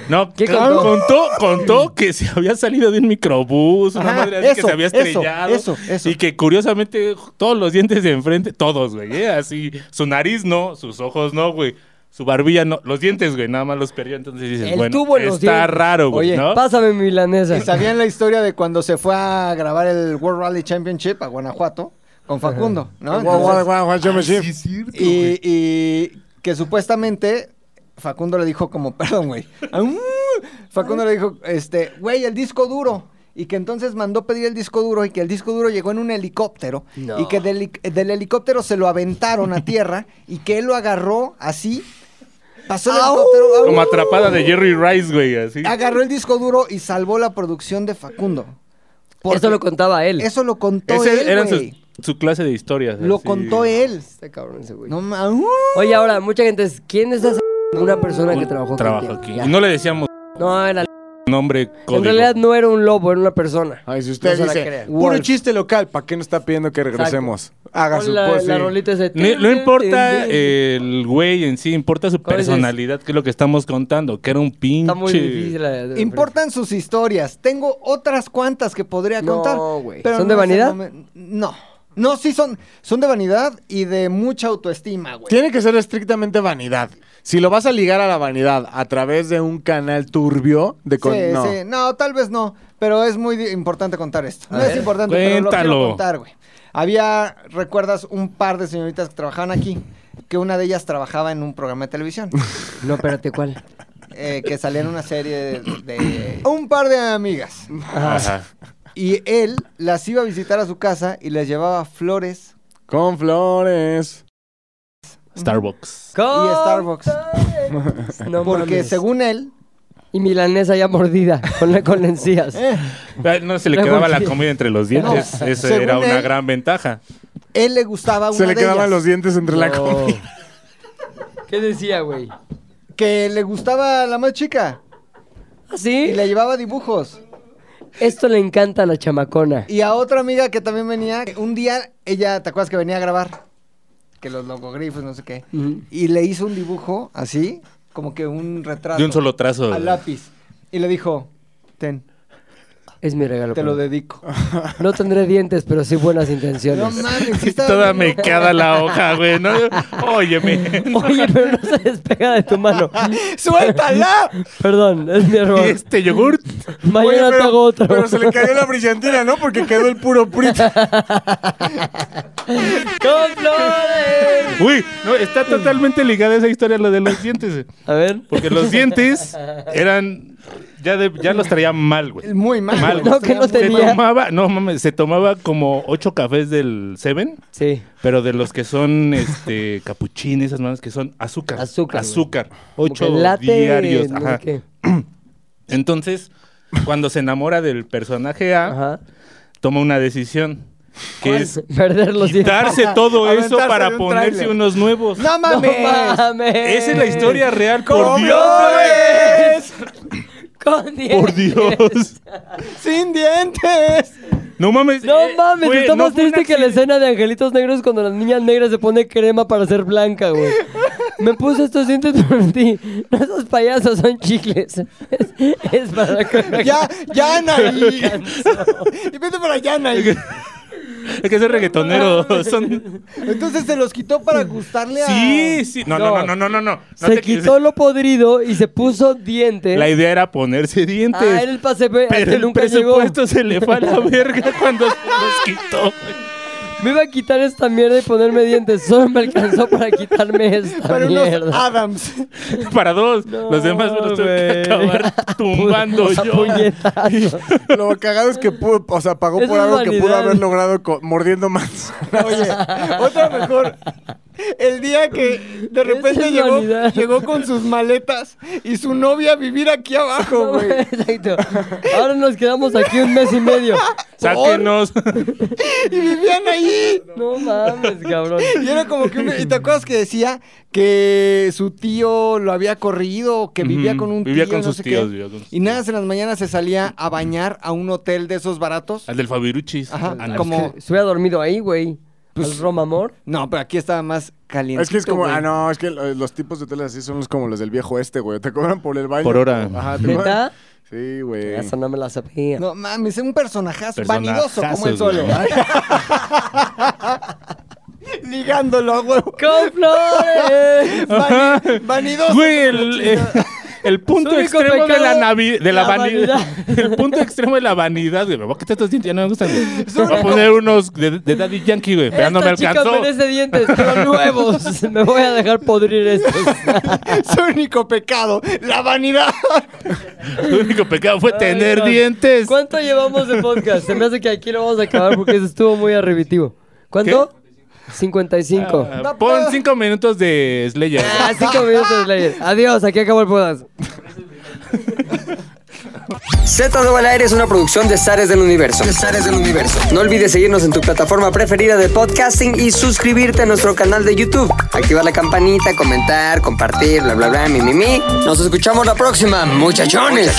Speaker 5: no,
Speaker 4: ¿Qué
Speaker 5: claro,
Speaker 4: contó?
Speaker 5: contó? contó que se había salido de un microbús, una
Speaker 2: Ajá,
Speaker 5: madre así que
Speaker 2: eso,
Speaker 5: se había
Speaker 2: eso,
Speaker 5: estrellado.
Speaker 2: eso, eso.
Speaker 5: Y que curiosamente todos los dientes de enfrente, todos, güey, ¿eh? así, su nariz no, sus ojos no, güey. Su barbilla no, los dientes, güey, nada más los perdió. Entonces dices,
Speaker 4: El
Speaker 5: bueno,
Speaker 4: tubo en los
Speaker 5: está
Speaker 4: dientes.
Speaker 5: raro, güey,
Speaker 2: Oye,
Speaker 5: ¿no?
Speaker 4: Pásame mi milanesa.
Speaker 2: ¿Y sabían la historia de cuando se fue a grabar el World Rally Championship a Guanajuato con Facundo, ¿no?
Speaker 3: Guau, guau,
Speaker 2: Entonces,
Speaker 3: guau, guau, yo me
Speaker 7: Sí,
Speaker 3: chif.
Speaker 7: es cierto,
Speaker 2: y,
Speaker 7: güey.
Speaker 2: y que supuestamente Facundo le dijo como, perdón, güey. Aún. Facundo le dijo, este, güey, el disco duro. Y que entonces mandó pedir el disco duro y que el disco duro llegó en un helicóptero
Speaker 4: No.
Speaker 2: y que del, helic- del helicóptero se lo aventaron a tierra y que él lo agarró así, pasó el helicóptero, ¡au!
Speaker 5: Como atrapada de Jerry Rice, güey, así.
Speaker 2: agarró el disco duro y salvó la producción de Facundo. Porque
Speaker 4: Eso lo contaba él.
Speaker 2: Eso lo contó
Speaker 5: Ese
Speaker 2: él,
Speaker 5: era su,
Speaker 2: güey.
Speaker 5: su clase de historias.
Speaker 2: Lo
Speaker 5: así.
Speaker 2: contó él.
Speaker 4: Está Este cabrón ese güey.
Speaker 2: No ma- ¡uh!
Speaker 4: Oye, ahora, mucha gente es, ¿quién es esa una persona que trabajó
Speaker 5: Trabajó
Speaker 4: contigo?
Speaker 5: aquí.
Speaker 4: Ya.
Speaker 5: Y no le decíamos
Speaker 4: No, era-
Speaker 5: nombre código.
Speaker 4: en realidad no era un lobo, era una persona.
Speaker 3: Ay, si
Speaker 4: No
Speaker 3: usted
Speaker 4: se la
Speaker 3: dice,
Speaker 4: crea.
Speaker 3: puro
Speaker 4: Wolf.
Speaker 3: chiste local, ¿para qué nos está pidiendo que regresemos? Haga su
Speaker 4: Con la,
Speaker 3: pues,
Speaker 4: la
Speaker 3: sí.
Speaker 4: rolita ese.
Speaker 5: Ni- no importa eh,
Speaker 4: Tin, tin, tin.
Speaker 5: el güey en sí, importa su
Speaker 4: ¿Cuál es?
Speaker 5: personalidad, que es lo que estamos contando, que era un pinche.
Speaker 4: Está muy difícil. la- la-
Speaker 2: Importan sus historias. Tengo otras cuantas que podría
Speaker 4: No,
Speaker 2: contar.
Speaker 4: güey.
Speaker 2: pero
Speaker 4: ¿Son de
Speaker 2: no es el
Speaker 4: vanidad?
Speaker 2: momen- No. No, sí son, son de vanidad y de mucha autoestima, güey.
Speaker 3: Tiene que ser estrictamente vanidad. Si lo vas a ligar a la vanidad a través de un canal turbio de con...
Speaker 2: Sí,
Speaker 3: no.
Speaker 2: sí. No, tal vez no. Pero es muy di- importante contar esto.
Speaker 4: A
Speaker 2: no es
Speaker 4: ver.
Speaker 2: importante, pero lo quiero
Speaker 5: Cuéntalo.
Speaker 2: contar, güey. Había, recuerdas, un par de señoritas que trabajaban aquí, que una de ellas trabajaba en un programa de televisión.
Speaker 4: No, espérate, ¿cuál?
Speaker 2: eh, que salía en una serie de, de- un par de amigas.
Speaker 5: Ajá.
Speaker 2: Y él las iba a visitar a su casa y les llevaba flores
Speaker 3: Con flores.
Speaker 5: Starbucks.
Speaker 2: y Starbucks.
Speaker 4: No
Speaker 2: Porque
Speaker 4: mames.
Speaker 2: según él,
Speaker 4: Y milanesa ya mordida, con, la, con
Speaker 2: Eh,
Speaker 4: encías.
Speaker 5: Ah, No se le
Speaker 4: Luego
Speaker 5: quedaba la
Speaker 4: sí.
Speaker 5: comida entre los dientes.
Speaker 2: No,
Speaker 5: Esa
Speaker 2: según
Speaker 5: era una
Speaker 2: él-
Speaker 5: gran ventaja.
Speaker 2: él le gustaba una
Speaker 3: Se le
Speaker 2: de
Speaker 3: quedaban
Speaker 2: ellas.
Speaker 3: los dientes entre la
Speaker 4: No.
Speaker 3: comida.
Speaker 4: ¿Qué decía, güey?
Speaker 2: Que le gustaba la más chica y
Speaker 4: ¿Así?
Speaker 2: le llevaba dibujos.
Speaker 4: Esto le encanta a la chamacona.
Speaker 2: Y a otra amiga que también venía, que un día ella, ¿te acuerdas que venía a grabar? Que los logogrifos, no sé qué.
Speaker 4: Ujú.
Speaker 2: Y le hizo un dibujo así, como que un retrato.
Speaker 5: De un solo trazo.
Speaker 2: A lápiz. Y le dijo, ten,
Speaker 4: Es mi regalo.
Speaker 2: te lo
Speaker 4: para
Speaker 2: dedico.
Speaker 4: ti. No tendré dientes, pero sí buenas
Speaker 2: No
Speaker 4: intenciones.
Speaker 2: mames, sí estaba
Speaker 5: Toda
Speaker 2: bien loco.
Speaker 5: mecada la hoja, güey. ¿no? Óyeme.
Speaker 4: Oye, pero no se despega de tu mano.
Speaker 3: ¡Suéltala!
Speaker 4: Perdón, es mi error.
Speaker 5: ¿Y este yogurt?
Speaker 4: Mañana
Speaker 3: Oye,
Speaker 4: te hago otro.
Speaker 3: pero se le cayó la brillantina, ¿no? Porque quedó el puro prito.
Speaker 4: ¡Con flores!
Speaker 5: Uy, no, está totalmente ligada esa historia a lo de los dientes.
Speaker 4: A ver.
Speaker 5: Porque los dientes eran. Ya, de- ya los traía mal, güey.
Speaker 2: Muy mal.
Speaker 5: Mal,
Speaker 2: güey.
Speaker 5: güey.
Speaker 4: No, que no
Speaker 5: Se
Speaker 4: tenía.
Speaker 5: tomaba, no mames, se tomaba como ocho cafés del Seven,
Speaker 4: Sí.
Speaker 5: pero de los que son este capuchín, esas manos que son azúcar.
Speaker 4: Azúcar, güey.
Speaker 5: Azúcar.
Speaker 4: Como
Speaker 5: Ocho
Speaker 4: que late,
Speaker 5: diarios.
Speaker 4: no sé
Speaker 5: Ajá.
Speaker 4: qué.
Speaker 5: Entonces, cuando se enamora del personaje A,
Speaker 4: Ajá.
Speaker 5: toma una decisión. Que es
Speaker 4: Perder los dientes.
Speaker 5: quitarse todo eso
Speaker 3: Aventarse
Speaker 5: para
Speaker 3: de un
Speaker 5: ponerse
Speaker 3: tráiler.
Speaker 5: unos nuevos.
Speaker 2: No mames.
Speaker 4: mames.
Speaker 5: Esa es la historia real, por
Speaker 4: ¡Con
Speaker 5: Dios.
Speaker 4: flores! Con dientes.
Speaker 5: Por Dios.
Speaker 2: Sin dientes.
Speaker 5: No mames.
Speaker 4: No
Speaker 5: eh,
Speaker 4: mames,
Speaker 5: güey,
Speaker 4: está
Speaker 5: no
Speaker 4: más
Speaker 5: fue un
Speaker 4: triste que la
Speaker 5: accidente.
Speaker 4: escena de Angelitos Negros cuando la niña negra se pone crema para ser blanca, güey. Me puse estos dientes por ti. No esos payasos son chicles. Es, es para que
Speaker 2: Ya, ya, Anaí. Y vete para allá, Anaí.
Speaker 5: Es que soy reggaetonero. Son...
Speaker 2: Entonces se los quitó para gustarle a.
Speaker 5: Sí, sí. No, no, no, no, no, no. no
Speaker 4: se
Speaker 5: te-
Speaker 4: quitó lo podrido y se puso dientes.
Speaker 5: La idea era ponerse dientes.
Speaker 4: Ah, era el pase B, al
Speaker 5: pero
Speaker 4: que
Speaker 5: el
Speaker 4: nunca llegó.
Speaker 5: presupuesto se le fue a la verga cuando se los quitó.
Speaker 4: Me iba a quitar esta mierda y ponerme dientes. Solo me alcanzó para quitarme esta
Speaker 2: Para unos
Speaker 4: mierda.
Speaker 2: Adams.
Speaker 5: Para dos. los demás me los tuve que
Speaker 4: güey.
Speaker 5: acabar tumbando
Speaker 4: O sea,
Speaker 5: yo.
Speaker 4: puñetazo.
Speaker 3: Lo cagado es que pudo, o sea, pagó
Speaker 4: Eso
Speaker 3: por
Speaker 4: es
Speaker 3: algo que pudo
Speaker 4: vanidad.
Speaker 3: haber logrado co- mordiendo más.
Speaker 2: Oye, otra mejor. El día que de repente
Speaker 4: es
Speaker 2: llegó,
Speaker 4: vanidad.
Speaker 2: llegó con sus maletas y su novia a vivir aquí abajo,
Speaker 4: No,
Speaker 2: güey.
Speaker 4: Exacto. Ahora nos quedamos aquí un mes y medio.
Speaker 5: Sáquenos.
Speaker 2: Y vivían ahí.
Speaker 4: No mames, cabrón.
Speaker 2: Y era como que. un- ¿Y te acuerdas que decía que su tío lo había corrido, que vivía
Speaker 5: Ujú,
Speaker 2: con un tío?
Speaker 5: vivía con
Speaker 2: no
Speaker 5: sus
Speaker 2: sé
Speaker 5: tíos,
Speaker 2: qué?
Speaker 5: vivía con sus
Speaker 2: Y nada, en las mañanas se salía a bañar a un hotel de esos baratos.
Speaker 5: Al del Fabiruchis.
Speaker 2: Ajá,
Speaker 5: Al-
Speaker 2: como.
Speaker 4: Se hubiera dormido ahí, güey. Pues Roma Amor.
Speaker 2: No, pero aquí estaba más caliente.
Speaker 3: Es que es como, ah, no, es que lo- los tipos de hoteles así son los como los del viejo este, güey. Te cobran por el baño.
Speaker 5: Por hora.
Speaker 3: Ajá, te cobran-
Speaker 4: ¿Neta?
Speaker 3: Sí, güey.
Speaker 4: Esa no me la sabía.
Speaker 2: No mames, es un personajazo, vanidoso
Speaker 5: Personajazo,
Speaker 2: como el
Speaker 5: güey.
Speaker 2: solo. Ligándolo, a huevo.
Speaker 4: ¡Con flores!
Speaker 2: Vani- Vanidoso.
Speaker 5: Güey, el, eh, el punto
Speaker 4: Su único
Speaker 5: extremo de la,
Speaker 4: pecado,
Speaker 5: navi- de la,
Speaker 4: la
Speaker 5: vanidad.
Speaker 4: vanidad.
Speaker 5: El punto extremo de la vanidad, güey. Me voy a quitar estos dientes, ya no me gustan. güey.
Speaker 2: Su
Speaker 5: Voy a
Speaker 2: único-
Speaker 5: poner unos de, de Daddy Yankee, güey, pero ya no me
Speaker 4: Esta chica
Speaker 5: alcanzó.
Speaker 4: merece dientes, pero nuevos. Me voy a dejar podrir estos.
Speaker 5: Este-
Speaker 2: Su único pecado, la vanidad.
Speaker 5: El único pecado fue tener
Speaker 4: Ay, no.
Speaker 5: dientes.
Speaker 4: ¿Cuánto llevamos de podcast? Se me hace que aquí lo vamos a acabar porque eso estuvo muy arribitivo. ¿Cuánto? 55.
Speaker 5: Ah, pon cinco minutos de Slayer. güey.
Speaker 4: Ah, cinco minutos, Slayer. Adiós, aquí acabó el podcast.
Speaker 1: Z al aire es una producción de Zares del Universo. del Universo. No olvides seguirnos en tu plataforma preferida de podcasting y suscribirte a nuestro canal de YouTube. Activar la campanita, comentar, compartir, bla, bla, bla, mi, mi, mi. Nos escuchamos la próxima, muchachones.